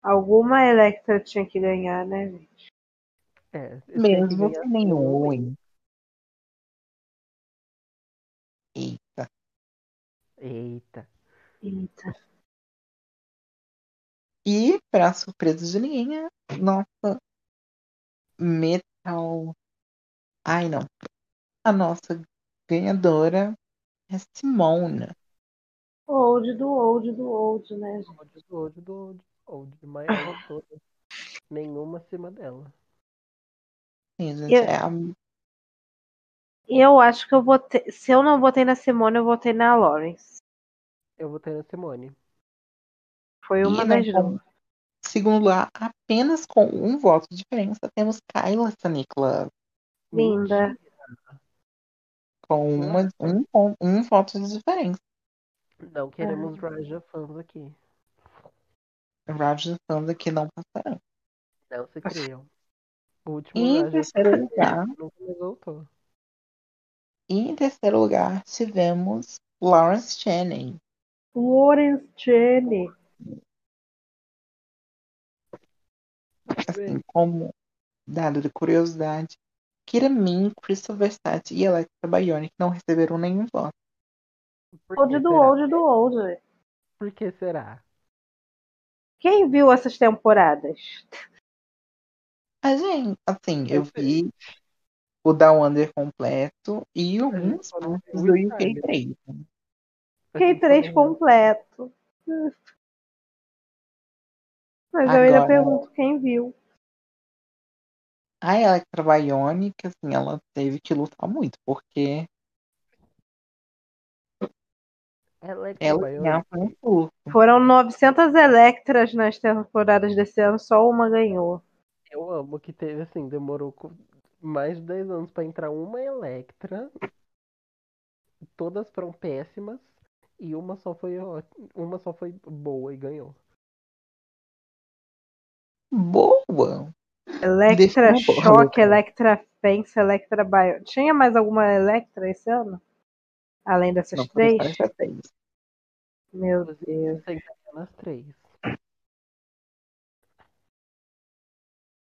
[SPEAKER 1] Alguma Electra tinha que ganhar, né, gente?
[SPEAKER 3] é- é, tem que
[SPEAKER 2] Mesmo
[SPEAKER 3] ganhar
[SPEAKER 2] sem nenhum
[SPEAKER 3] tudo.
[SPEAKER 2] win. Eita.
[SPEAKER 3] é assim. Eita.
[SPEAKER 1] Eita.
[SPEAKER 2] E, pra surpresa de ninguém, a nossa Metal. Ai, não. A nossa ganhadora é Simone.
[SPEAKER 1] Old do old do old, né, gente?
[SPEAKER 3] Old, old, old, old, maior autora. Nenhuma acima dela.
[SPEAKER 2] Sim, gente,
[SPEAKER 1] Eu-
[SPEAKER 2] é a
[SPEAKER 1] Eu acho que eu votei. Se eu não votei na Simone, eu votei na Lawrence.
[SPEAKER 3] Eu votei na Simone.
[SPEAKER 1] Foi uma
[SPEAKER 2] E não
[SPEAKER 1] das duas.
[SPEAKER 2] com- Segundo lugar, apenas com um voto de diferença, temos Kyla Stanikla
[SPEAKER 1] Linda.
[SPEAKER 2] com uma, um, com- um voto de diferença.
[SPEAKER 3] Não queremos
[SPEAKER 1] É.
[SPEAKER 3] Raja fãs aqui.
[SPEAKER 2] Roger Thunder que não passarão.
[SPEAKER 3] Não se criam. É O último
[SPEAKER 2] Em
[SPEAKER 3] Raja
[SPEAKER 2] terceiro lugar,
[SPEAKER 3] nunca mais voltou.
[SPEAKER 2] em terceiro lugar tivemos Lawrence Channing.
[SPEAKER 1] Lawrence Cheney.
[SPEAKER 2] assim como dado de curiosidade, Kira Min, Christopher Versace e Electra Bionic não receberam nenhum voto.
[SPEAKER 3] Por que
[SPEAKER 1] Old do
[SPEAKER 3] será?
[SPEAKER 1] old do old.
[SPEAKER 3] Por que será?
[SPEAKER 1] Quem viu essas temporadas?
[SPEAKER 2] A gente, assim, eu
[SPEAKER 3] Eu sei.
[SPEAKER 2] vi o Down Under completo e alguns
[SPEAKER 3] só não
[SPEAKER 2] pontos
[SPEAKER 3] viu
[SPEAKER 2] do
[SPEAKER 3] o
[SPEAKER 2] UK
[SPEAKER 3] Insider.
[SPEAKER 2] 3.
[SPEAKER 1] Fiquei três completo. Mas eu ainda
[SPEAKER 2] Agora-
[SPEAKER 1] pergunto quem viu.
[SPEAKER 2] A Electra Bionic, assim, ela teve que lutar muito, porque
[SPEAKER 3] Ela é que
[SPEAKER 2] ela
[SPEAKER 3] trabalhou.
[SPEAKER 2] ganhava um surto.
[SPEAKER 1] Foram 900 Electras nas temporadas desse ano, só uma ganhou.
[SPEAKER 3] Eu amo que teve assim, demorou co- mais de 10 anos pra entrar uma Electra. Todas foram péssimas. E uma só foi ó- uma só foi boa e ganhou.
[SPEAKER 2] Boa!
[SPEAKER 1] Electra
[SPEAKER 2] Deixa eu pôr a
[SPEAKER 1] Choque,
[SPEAKER 2] outra.
[SPEAKER 1] Electra Fence, Electra Bio. Tinha mais alguma Electra esse ano? Além dessas
[SPEAKER 2] Não, por
[SPEAKER 1] três?
[SPEAKER 2] isso essa é- três.
[SPEAKER 1] Meu Deus,
[SPEAKER 3] Inclusive, sem ganhar tá nas três.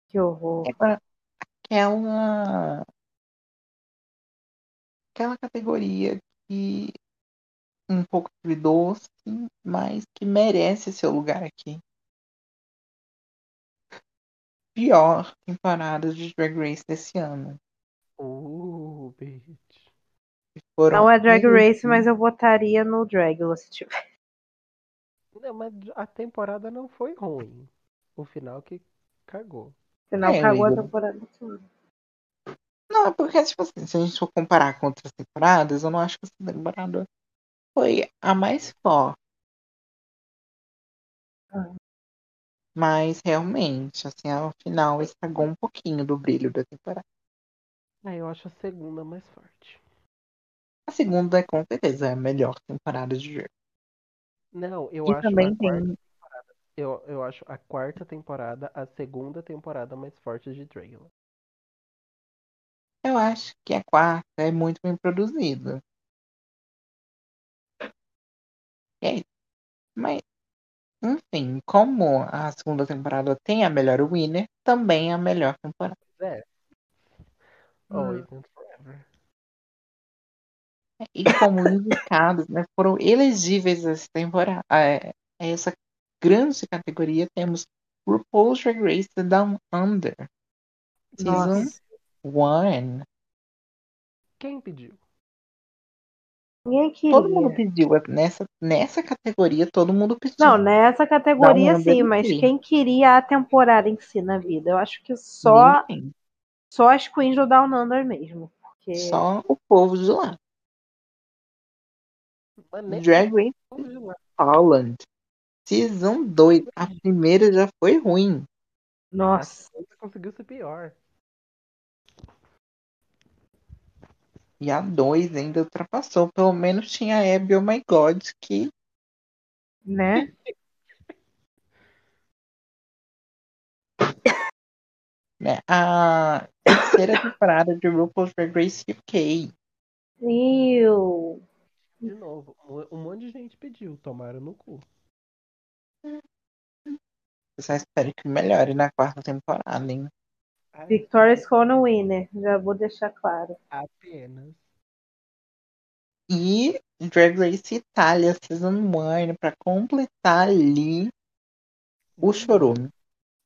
[SPEAKER 1] que horror.
[SPEAKER 2] Agora, é aquela aquela categoria que um pouco de doce, mas que merece seu lugar aqui. Pior temporada de Drag Race desse ano.
[SPEAKER 3] Uh, bitch.
[SPEAKER 2] Foram
[SPEAKER 1] Não é Drag
[SPEAKER 2] eles-
[SPEAKER 1] Race, mas eu votaria no Dragula se tiver.
[SPEAKER 3] Não, mas a temporada não foi ruim. O final que cagou.
[SPEAKER 1] Senão
[SPEAKER 2] É,
[SPEAKER 1] cagou a
[SPEAKER 2] amiga.
[SPEAKER 1] temporada toda.
[SPEAKER 2] Não, é porque, tipo assim, se a gente for comparar com outras temporadas, eu não acho que essa temporada foi a mais forte.
[SPEAKER 1] Ah.
[SPEAKER 2] Mas, realmente, assim, ao final estragou um pouquinho do brilho da temporada.
[SPEAKER 3] Aí Ah, eu acho a segunda mais forte.
[SPEAKER 2] A segunda, é com certeza, é a melhor temporada de jogo.
[SPEAKER 3] Não, eu
[SPEAKER 2] E
[SPEAKER 3] acho
[SPEAKER 2] também
[SPEAKER 3] a quarta,
[SPEAKER 2] tem né?
[SPEAKER 3] eu, eu acho a quarta temporada a segunda temporada mais forte de Dragula.
[SPEAKER 2] Eu acho que a quarta é muito bem produzida. E aí, É, mas, enfim, como a segunda temporada tem a melhor winner, também é a melhor temporada. Hum.
[SPEAKER 3] Always and forever.
[SPEAKER 2] E como indicados, né, foram elegíveis essa temporada, a, a essa grande categoria, temos RuPaul's Drag Race The Down Under, Season
[SPEAKER 1] Nossa.
[SPEAKER 2] 1.
[SPEAKER 3] Quem pediu?
[SPEAKER 1] Ninguém queria.
[SPEAKER 2] Todo mundo pediu, nessa, nessa categoria todo mundo pediu.
[SPEAKER 1] Não, é nessa categoria
[SPEAKER 2] Não,
[SPEAKER 1] sim,
[SPEAKER 2] não
[SPEAKER 1] mas
[SPEAKER 2] queria.
[SPEAKER 1] quem queria a temporada em si na vida? Eu acho que só,
[SPEAKER 2] Ninguém.
[SPEAKER 1] só as Queens do Down Under mesmo. Porque
[SPEAKER 2] Só o povo de lá.
[SPEAKER 3] Mané,
[SPEAKER 2] Drag Race
[SPEAKER 3] vamos de lá.
[SPEAKER 2] Holland. Season 2. A primeira já foi ruim.
[SPEAKER 1] Nossa,
[SPEAKER 3] Ainda conseguiu ser pior.
[SPEAKER 2] E a 2 ainda ultrapassou. Pelo menos tinha a Abby Oh My God, que
[SPEAKER 1] né?
[SPEAKER 2] né, a terceira temporada de RuPaul's Drag Race UK.
[SPEAKER 1] Eu.
[SPEAKER 3] De novo, um- um monte de gente pediu, tomaram no cu.
[SPEAKER 2] Eu só espero que melhore na quarta temporada, hein?
[SPEAKER 3] Ai,
[SPEAKER 1] Victoria's Corner Winner, né? já vou deixar claro.
[SPEAKER 3] Apenas.
[SPEAKER 2] E Drag Race Itália Season 1 para completar ali o chorume.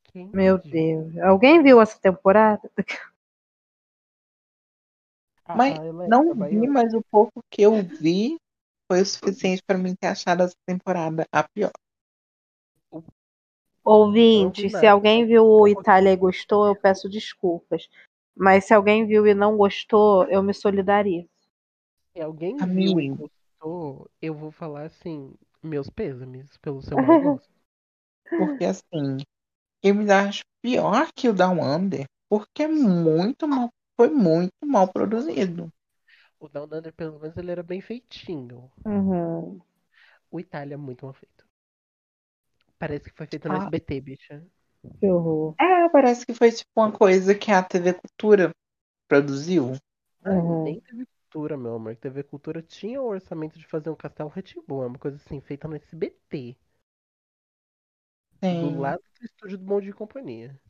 [SPEAKER 3] Quem
[SPEAKER 1] Meu
[SPEAKER 3] pediu?
[SPEAKER 1] Deus. Alguém viu essa temporada?
[SPEAKER 3] A-
[SPEAKER 2] Mas
[SPEAKER 3] a Electra
[SPEAKER 2] Não
[SPEAKER 3] Baiana.
[SPEAKER 2] vi, mas o pouco que eu vi foi o suficiente pra mim ter achado essa temporada a pior.
[SPEAKER 1] Ouvinte,
[SPEAKER 3] Não vi
[SPEAKER 1] se
[SPEAKER 3] nada.
[SPEAKER 1] alguém viu o Itália e gostou, eu peço desculpas. Mas se alguém viu e não gostou, eu me solidarizo.
[SPEAKER 3] Se alguém viu e
[SPEAKER 2] Amigo.
[SPEAKER 3] gostou, eu vou falar assim, meus pêsames pelo seu mau gosto.
[SPEAKER 2] Porque assim, eu me acho pior que o Down Under, porque é muito mal, foi muito mal produzido.
[SPEAKER 3] O Down Under, pelo menos, ele era bem feitinho.
[SPEAKER 1] Uhum.
[SPEAKER 3] O Itália, é muito mal feito. Parece que foi feito no
[SPEAKER 2] Ah.
[SPEAKER 3] SBT, bicha.
[SPEAKER 1] Que horror.
[SPEAKER 2] É, parece que foi tipo uma coisa que a TV Cultura produziu.
[SPEAKER 3] Ah,
[SPEAKER 1] Uhum.
[SPEAKER 3] Nem TV Cultura, meu amor. que TV Cultura tinha o orçamento de fazer um castelo rá tim é uma coisa assim, feita no SBT. Do
[SPEAKER 2] Sim.
[SPEAKER 3] lado do estúdio do Bom Dia e Companhia.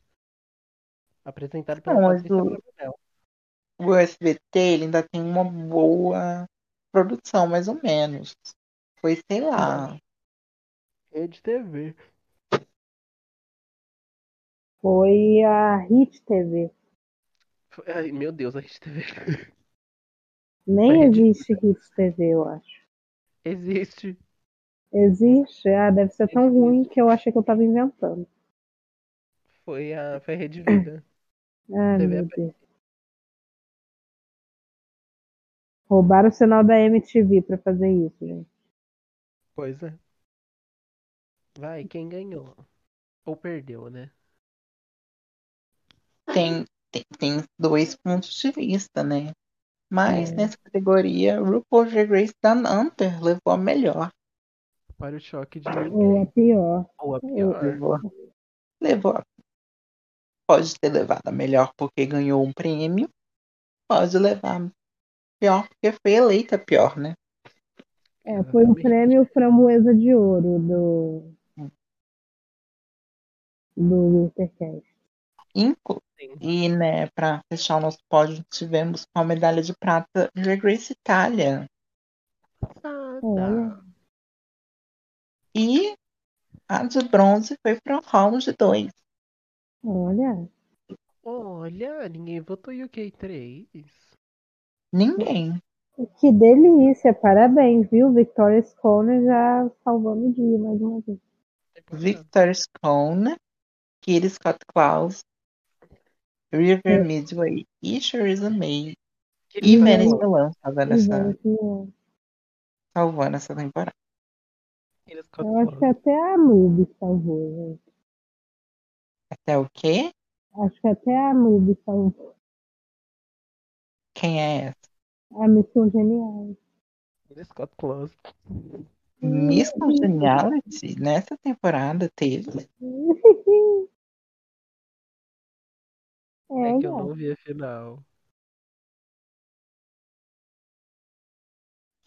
[SPEAKER 3] Apresentado
[SPEAKER 2] Não,
[SPEAKER 3] pela
[SPEAKER 2] mas
[SPEAKER 3] Patrícia
[SPEAKER 2] o-
[SPEAKER 3] Bravanel.
[SPEAKER 2] O SBT ele ainda tem uma boa produção, mais ou menos. Foi, sei lá.
[SPEAKER 3] Rede TV.
[SPEAKER 1] Foi a Hit TV.
[SPEAKER 3] Foi- Ai, meu Deus, a Rede TV.
[SPEAKER 1] Nem
[SPEAKER 3] Foi a Hit
[SPEAKER 1] existe Hit TV, eu acho.
[SPEAKER 3] Existe.
[SPEAKER 1] Existe? Ah, deve ser tão
[SPEAKER 3] Existe.
[SPEAKER 1] ruim que eu achei que eu tava inventando.
[SPEAKER 3] Foi a, foi a Rede Vida.
[SPEAKER 1] Ai, Ah,
[SPEAKER 3] TV
[SPEAKER 1] meu
[SPEAKER 3] aberta.
[SPEAKER 1] Deus. Roubaram o sinal da MTV pra fazer isso, gente.
[SPEAKER 3] Pois é. Vai, quem ganhou? Ou perdeu, né?
[SPEAKER 2] Tem, tem, tem dois pontos de vista, né? Mas
[SPEAKER 1] É.
[SPEAKER 2] nessa categoria, RuPaul's Drag Race Dan Hunter levou a melhor.
[SPEAKER 3] Para o choque
[SPEAKER 2] Hum.
[SPEAKER 3] de
[SPEAKER 1] Ou É a
[SPEAKER 3] ninguém.
[SPEAKER 1] pior.
[SPEAKER 3] Ou a pior.
[SPEAKER 2] Levou. Levou. a- Pode ter levado a melhor porque ganhou um prêmio. Pode levar a pior porque foi eleita a pior, né?
[SPEAKER 1] É, foi o
[SPEAKER 3] Exatamente.
[SPEAKER 1] prêmio Framboesa de Ouro do. Do Wintercast.
[SPEAKER 2] Inclu
[SPEAKER 3] Sim.
[SPEAKER 2] e, né, pra fechar o nosso pódio, tivemos com a medalha de prata Drag Race Itália.
[SPEAKER 1] Olha.
[SPEAKER 3] Passada.
[SPEAKER 2] E a de bronze foi para o round 2.
[SPEAKER 1] Olha.
[SPEAKER 3] Olha, ninguém votou UK 3.
[SPEAKER 2] Ninguém.
[SPEAKER 1] Que delícia. Parabéns, viu? Victoria Scone já salvando o dia mais uma vez.
[SPEAKER 2] Victor Scone, Kitty Scott Klaus, River
[SPEAKER 1] É.
[SPEAKER 2] Midway e Charissa May.
[SPEAKER 3] Que
[SPEAKER 2] E
[SPEAKER 1] River
[SPEAKER 2] Venice
[SPEAKER 1] Midway.
[SPEAKER 2] Milan salvando
[SPEAKER 1] E
[SPEAKER 2] essa,
[SPEAKER 1] vamos que é. vamos.
[SPEAKER 2] salvando essa temporada.
[SPEAKER 3] Eles
[SPEAKER 1] Eu acho que até a Noob salvou, gente.
[SPEAKER 2] Até o quê?
[SPEAKER 1] Acho que até a Noob salvou.
[SPEAKER 2] Quem é essa?
[SPEAKER 1] A missão genial.
[SPEAKER 3] Scott Close.
[SPEAKER 2] Miss Congeniality nessa temporada teve.
[SPEAKER 1] É,
[SPEAKER 3] É que eu
[SPEAKER 1] gata.
[SPEAKER 3] não vi a final.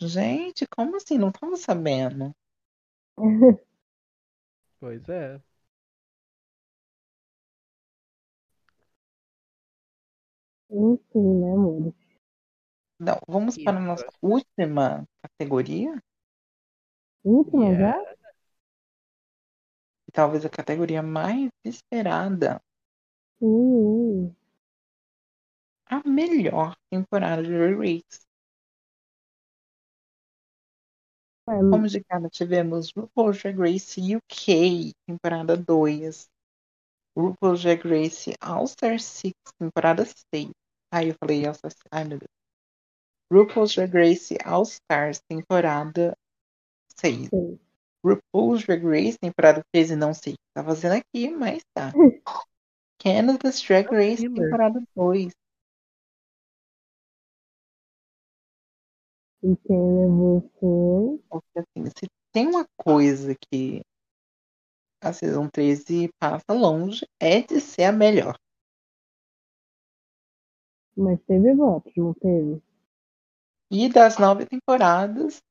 [SPEAKER 2] Gente, como assim? Não tava sabendo.
[SPEAKER 3] Pois é.
[SPEAKER 1] Enfim, né, amor?
[SPEAKER 2] Não, vamos
[SPEAKER 3] Isso.
[SPEAKER 2] para a nossa última categoria.
[SPEAKER 1] Última
[SPEAKER 3] E
[SPEAKER 1] já?
[SPEAKER 3] é-
[SPEAKER 2] E talvez a categoria mais esperada.
[SPEAKER 1] Ui, ui.
[SPEAKER 2] A melhor temporada de Drag Race.
[SPEAKER 1] Ué,
[SPEAKER 2] Como de cara, tivemos RuPaul's Drag Race UK, temporada 2. RuPaul's Drag Race All-Star 6, temporada 6. Aí eu falei All-Star 6, ai meu Deus. RuPaul's Drag Race All-Stars, temporada 6.
[SPEAKER 1] Sim.
[SPEAKER 2] RuPaul's Drag Race, temporada 13, não sei o que tá fazendo aqui, mas tá. Canada's Drag
[SPEAKER 3] É um
[SPEAKER 2] Race,
[SPEAKER 3] filler.
[SPEAKER 2] temporada 2.
[SPEAKER 1] E quem levou foi.
[SPEAKER 2] Porque, assim, se tem uma coisa que a Season 13 passa longe, é de ser a melhor.
[SPEAKER 1] Mas teve votos, não teve?
[SPEAKER 2] E das nove temporadas,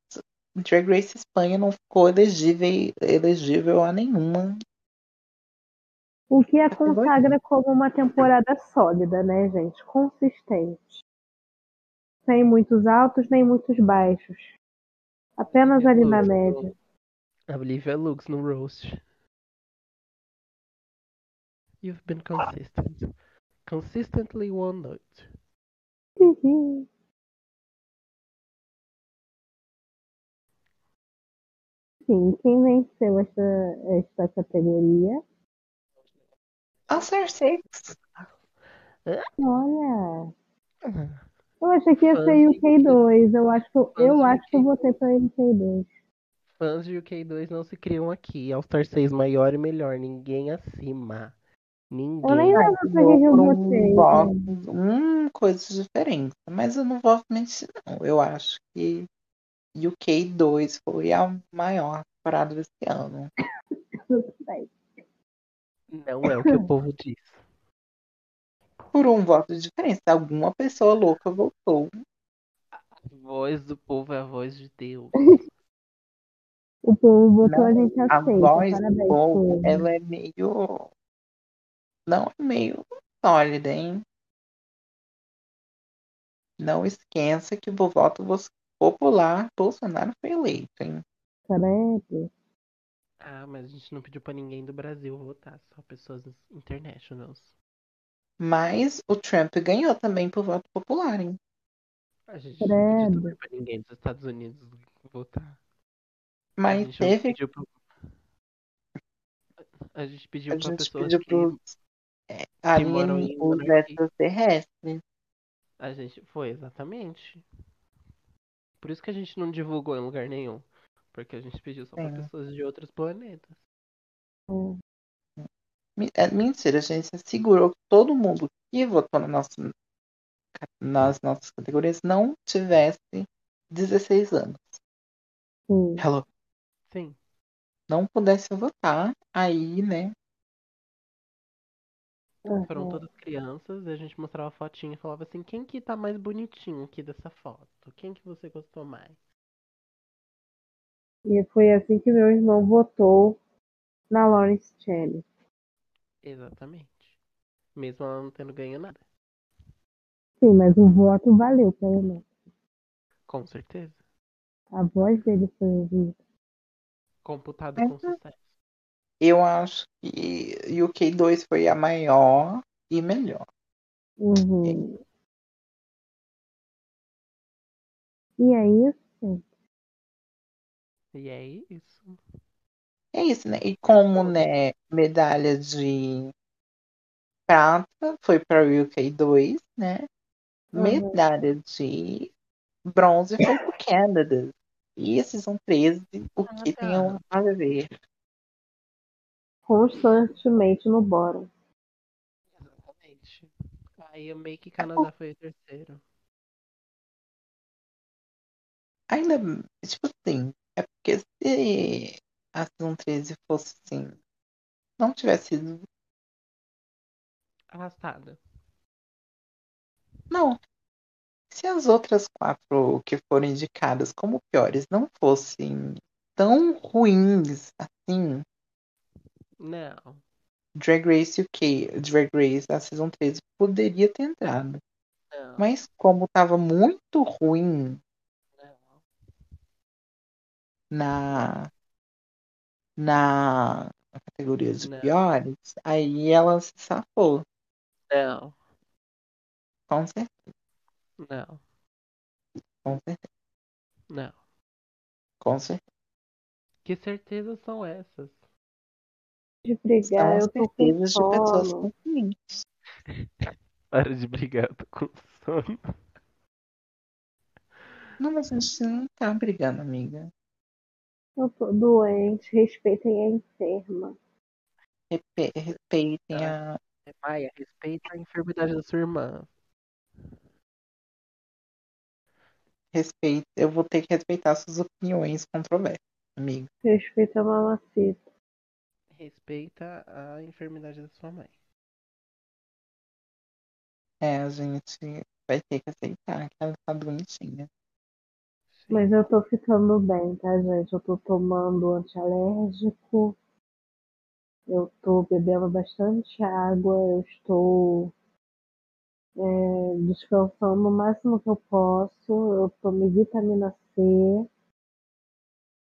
[SPEAKER 2] Drag Race Espanha não ficou elegível, elegível a nenhuma.
[SPEAKER 1] O que a consagra como uma temporada sólida, né, gente? Consistente. Sem muitos altos, nem muitos baixos. Apenas
[SPEAKER 3] Tipo,
[SPEAKER 1] ali na média.
[SPEAKER 3] A Olivia Lux no roast. You've
[SPEAKER 1] Uhum.
[SPEAKER 3] been consistent. Consistently one night.
[SPEAKER 1] Enfim, quem venceu essa, esta categoria?
[SPEAKER 2] Answer six.
[SPEAKER 1] Olha,
[SPEAKER 3] Ah,
[SPEAKER 1] eu achei que ia ser
[SPEAKER 3] Fãs de-
[SPEAKER 1] UK2. Eu acho, eu
[SPEAKER 3] de
[SPEAKER 1] acho que eu
[SPEAKER 3] UK2.
[SPEAKER 1] votei pra UK2.
[SPEAKER 3] Fãs de UK2 não se criam aqui. All-Star 6 maior e melhor. Ninguém acima. Ninguém.
[SPEAKER 1] Eu nem lembro pra que que eu
[SPEAKER 2] Vou pra
[SPEAKER 1] votei.
[SPEAKER 2] Um box, hum, coisas diferentes. Mas eu não vou mentir, não. Eu acho que UK2 foi a maior temporada desse ano.
[SPEAKER 3] Não é o que o povo diz.
[SPEAKER 2] Por um voto de diferença. Alguma pessoa louca votou.
[SPEAKER 3] A voz do povo é a voz de Deus.
[SPEAKER 1] O povo botou
[SPEAKER 2] Não,
[SPEAKER 1] a gente aceita.
[SPEAKER 2] A voz do
[SPEAKER 1] Parabéns,
[SPEAKER 2] povo,
[SPEAKER 1] povo.
[SPEAKER 2] ela é meio. Não é meio sólida, hein? Não esqueça que o voto vos- popular Bolsonaro foi eleito, hein?
[SPEAKER 1] Credo.
[SPEAKER 3] Ah, mas a gente não pediu pra ninguém do Brasil votar, só pessoas internationals.
[SPEAKER 2] Mas o Trump ganhou também por voto popular, hein?
[SPEAKER 3] A gente não pediu
[SPEAKER 1] Credo.
[SPEAKER 3] também pra ninguém dos Estados Unidos votar. a
[SPEAKER 2] Mas
[SPEAKER 3] gente não
[SPEAKER 2] teve.
[SPEAKER 3] pediu pro... A gente pediu
[SPEAKER 2] A
[SPEAKER 3] pra
[SPEAKER 2] gente
[SPEAKER 3] pessoas
[SPEAKER 2] pediu
[SPEAKER 3] que...
[SPEAKER 2] pros é,
[SPEAKER 3] moram em
[SPEAKER 2] alien, os
[SPEAKER 3] monarquia.
[SPEAKER 2] extraterrestres.
[SPEAKER 3] A gente... Foi, exatamente. Por isso que a gente não divulgou em lugar nenhum. Porque a gente pediu só pra
[SPEAKER 2] Sim.
[SPEAKER 3] pessoas de outros planetas.
[SPEAKER 2] Me- é, Mentira, a gente assegurou que todo mundo que votou na nossa- nas nossas categorias não tivesse 16 anos.
[SPEAKER 1] Sim.
[SPEAKER 2] Hello.
[SPEAKER 3] Sim.
[SPEAKER 2] não pudesse votar, aí, né?
[SPEAKER 3] Foram
[SPEAKER 1] Aham.
[SPEAKER 3] todas crianças, e a gente mostrava a fotinha e falava assim, quem que tá mais bonitinho aqui dessa foto? Quem que você gostou mais?
[SPEAKER 1] E foi assim que meu irmão votou na Lawrence Cheney.
[SPEAKER 3] Exatamente. Mesmo ela não tendo ganho nada.
[SPEAKER 1] Sim, mas o voto valeu pelo menos.
[SPEAKER 3] Com certeza.
[SPEAKER 1] A voz dele foi ouvida.
[SPEAKER 3] Computado com
[SPEAKER 2] Uhum.
[SPEAKER 3] sucesso.
[SPEAKER 2] Eu acho que UK2 foi a maior e melhor.
[SPEAKER 1] Uhum. E é isso.
[SPEAKER 3] E é isso.
[SPEAKER 2] É isso, né? E como, né, medalha de prata foi para o UK2, né?
[SPEAKER 1] Uhum.
[SPEAKER 2] Medalha de bronze foi para o Canada. E a Season 13, o que tem um
[SPEAKER 3] Nada.
[SPEAKER 2] a ver?
[SPEAKER 1] Constantemente no bórum.
[SPEAKER 3] Exatamente. Aí o Make Canadá foi o terceiro.
[SPEAKER 2] Ainda, tipo assim, é porque se a Season 13 fosse assim, não tivesse sido
[SPEAKER 3] Arrastada.
[SPEAKER 2] Não. Se as outras quatro que foram indicadas como piores não fossem tão ruins assim,
[SPEAKER 3] Não.
[SPEAKER 2] Drag Race UK, Drag Race da Season 13 poderia ter entrado.
[SPEAKER 3] Não.
[SPEAKER 2] Mas como tava muito ruim
[SPEAKER 3] não.
[SPEAKER 2] na na categoria de
[SPEAKER 3] Não.
[SPEAKER 2] piores, aí ela se safou,
[SPEAKER 3] Não.
[SPEAKER 2] com certeza,
[SPEAKER 3] Não.
[SPEAKER 2] com certeza,
[SPEAKER 3] Não.
[SPEAKER 2] com certeza.
[SPEAKER 3] Que certezas são essas?
[SPEAKER 1] De
[SPEAKER 2] São
[SPEAKER 1] brigar,
[SPEAKER 2] as
[SPEAKER 1] eu tô com
[SPEAKER 2] certezas de pessoas né?
[SPEAKER 1] sono.
[SPEAKER 2] conscientes.
[SPEAKER 3] Para de brigar, eu tô com sono.
[SPEAKER 2] Não, mas a gente não tá brigando, amiga.
[SPEAKER 1] Eu tô doente. Respeitem a enferma.
[SPEAKER 2] Repe- Respeitem a
[SPEAKER 3] Maia, respeita a enfermidade da sua irmã.
[SPEAKER 2] respeito, eu vou ter que respeitar suas opiniões controversas, amigo.
[SPEAKER 1] Respeita a mamacita.
[SPEAKER 3] Respeita a enfermidade da sua mãe.
[SPEAKER 2] É, a gente vai ter que aceitar que ela tá doentinha.
[SPEAKER 3] Sim.
[SPEAKER 1] Mas eu tô ficando bem, tá, gente? Eu tô tomando antialérgico. Eu tô bebendo bastante água. Eu estou é, descansando o máximo que eu posso. Eu tomei vitamina C.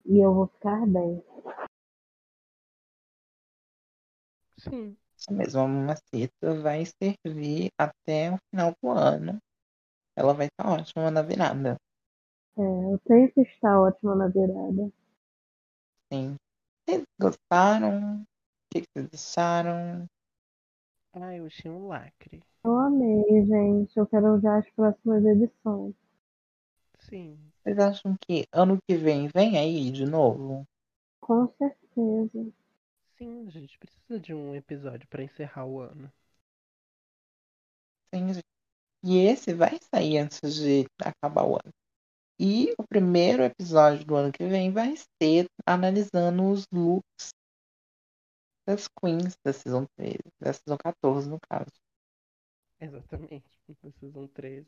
[SPEAKER 1] E eu vou ficar bem.
[SPEAKER 3] Sim.
[SPEAKER 2] Isso mesmo, a mamacita vai servir até o final do ano. Ela vai estar ótima na virada.
[SPEAKER 1] É, eu sempre está ótima na virada.
[SPEAKER 2] assim. Vocês gostaram? O que que vocês acharam?
[SPEAKER 3] Ah, eu achei um lacre.
[SPEAKER 1] Eu amei, gente. Eu quero ver as próximas edições.
[SPEAKER 3] Sim.
[SPEAKER 2] Vocês acham que ano que vem vem aí de novo?
[SPEAKER 1] Com certeza.
[SPEAKER 3] Sim, a gente precisa de um episódio pra encerrar o ano.
[SPEAKER 2] Sim, gente. E esse vai sair antes de acabar o ano. E o primeiro episódio do ano que vem vai ser analisando os looks das queens da Season 13, da Season 14, no caso.
[SPEAKER 3] Exatamente. Na Season 13.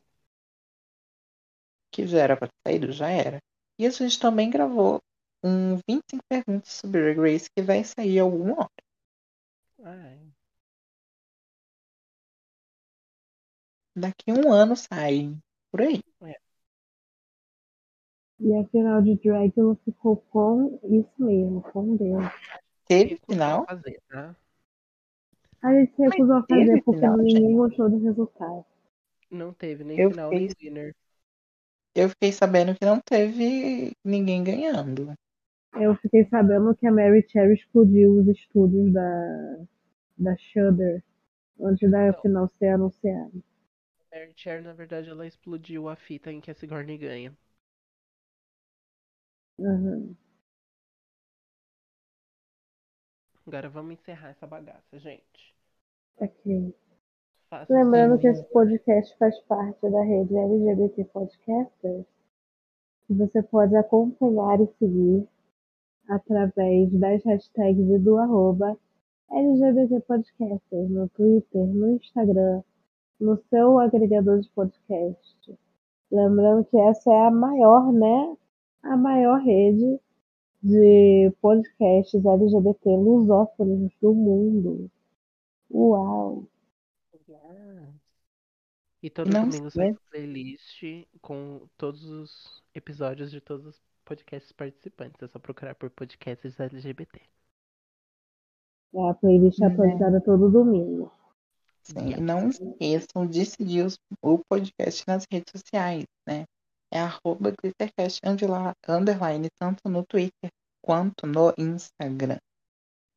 [SPEAKER 2] que já era para sair, já era. E a gente também gravou um 25 perguntas sobre Drag Race que vai sair alguma hora.
[SPEAKER 3] Ai,
[SPEAKER 2] Daqui um ano sai, por aí.
[SPEAKER 1] E a final de Dragula ficou com isso mesmo, com Deus.
[SPEAKER 2] Teve
[SPEAKER 3] isso que eu
[SPEAKER 2] final,
[SPEAKER 3] vou fazer, tá?
[SPEAKER 1] A gente se recusou a
[SPEAKER 2] teve
[SPEAKER 1] fazer porque
[SPEAKER 2] final,
[SPEAKER 1] ninguém gostou do resultado.
[SPEAKER 3] Não teve nem
[SPEAKER 2] Eu
[SPEAKER 3] final, nem
[SPEAKER 2] fiz.
[SPEAKER 3] winner.
[SPEAKER 2] eu fiquei sabendo que não teve ninguém ganhando.
[SPEAKER 1] Eu fiquei sabendo que a Mary Cherry explodiu os estúdios da, da Shudder antes da
[SPEAKER 3] Não.
[SPEAKER 1] final ser anunciada.
[SPEAKER 3] Mary Chair, na verdade, ela explodiu a fita em que a Sigourney ganha.
[SPEAKER 1] Aham.
[SPEAKER 3] Agora vamos encerrar essa bagaça, gente.
[SPEAKER 1] Tá Ok.
[SPEAKER 3] Faça o
[SPEAKER 1] Lembrando
[SPEAKER 3] seu-
[SPEAKER 1] que esse podcast faz parte da rede LGBT Podcasters, que você pode acompanhar e seguir através das hashtags e do arroba LGBT Podcasters no Twitter, no Instagram, no seu agregador de podcast. Lembrando que essa é a maior, né? A maior rede de podcasts LGBT lusófonos do mundo. Uau!
[SPEAKER 3] E todo
[SPEAKER 2] Não
[SPEAKER 3] domingo
[SPEAKER 2] sei.
[SPEAKER 3] sai uma playlist com todos os episódios de todos os podcasts participantes. É só procurar por podcasts LGBT.
[SPEAKER 1] É a playlist
[SPEAKER 2] Né?
[SPEAKER 1] atualizada todo domingo.
[SPEAKER 2] Sim,
[SPEAKER 3] Yeah.
[SPEAKER 2] e não esqueçam de seguir os- o podcast nas redes sociais, né? É arroba glittercast underla- underline, tanto no Twitter quanto no Instagram.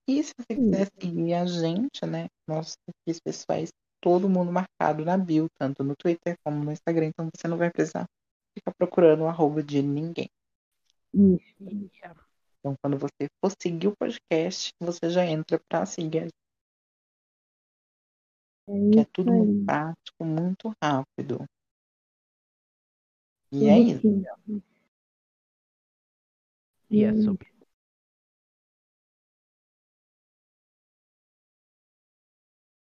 [SPEAKER 2] E se você quiser seguir a gente, né? Nossos perfis pessoais, todo mundo marcado na bio, tanto no Twitter como no Instagram, então você não vai precisar ficar procurando o arroba de ninguém.
[SPEAKER 1] Isso.
[SPEAKER 3] Yeah.
[SPEAKER 2] Então, quando você for seguir o podcast, você já entra pra seguir a gente,
[SPEAKER 1] É
[SPEAKER 2] que é
[SPEAKER 1] isso
[SPEAKER 2] tudo
[SPEAKER 1] aí.
[SPEAKER 2] muito prático, muito rápido. E
[SPEAKER 1] Tudo
[SPEAKER 2] é isso.
[SPEAKER 1] que-
[SPEAKER 3] Yeah,
[SPEAKER 1] Hum.
[SPEAKER 3] super.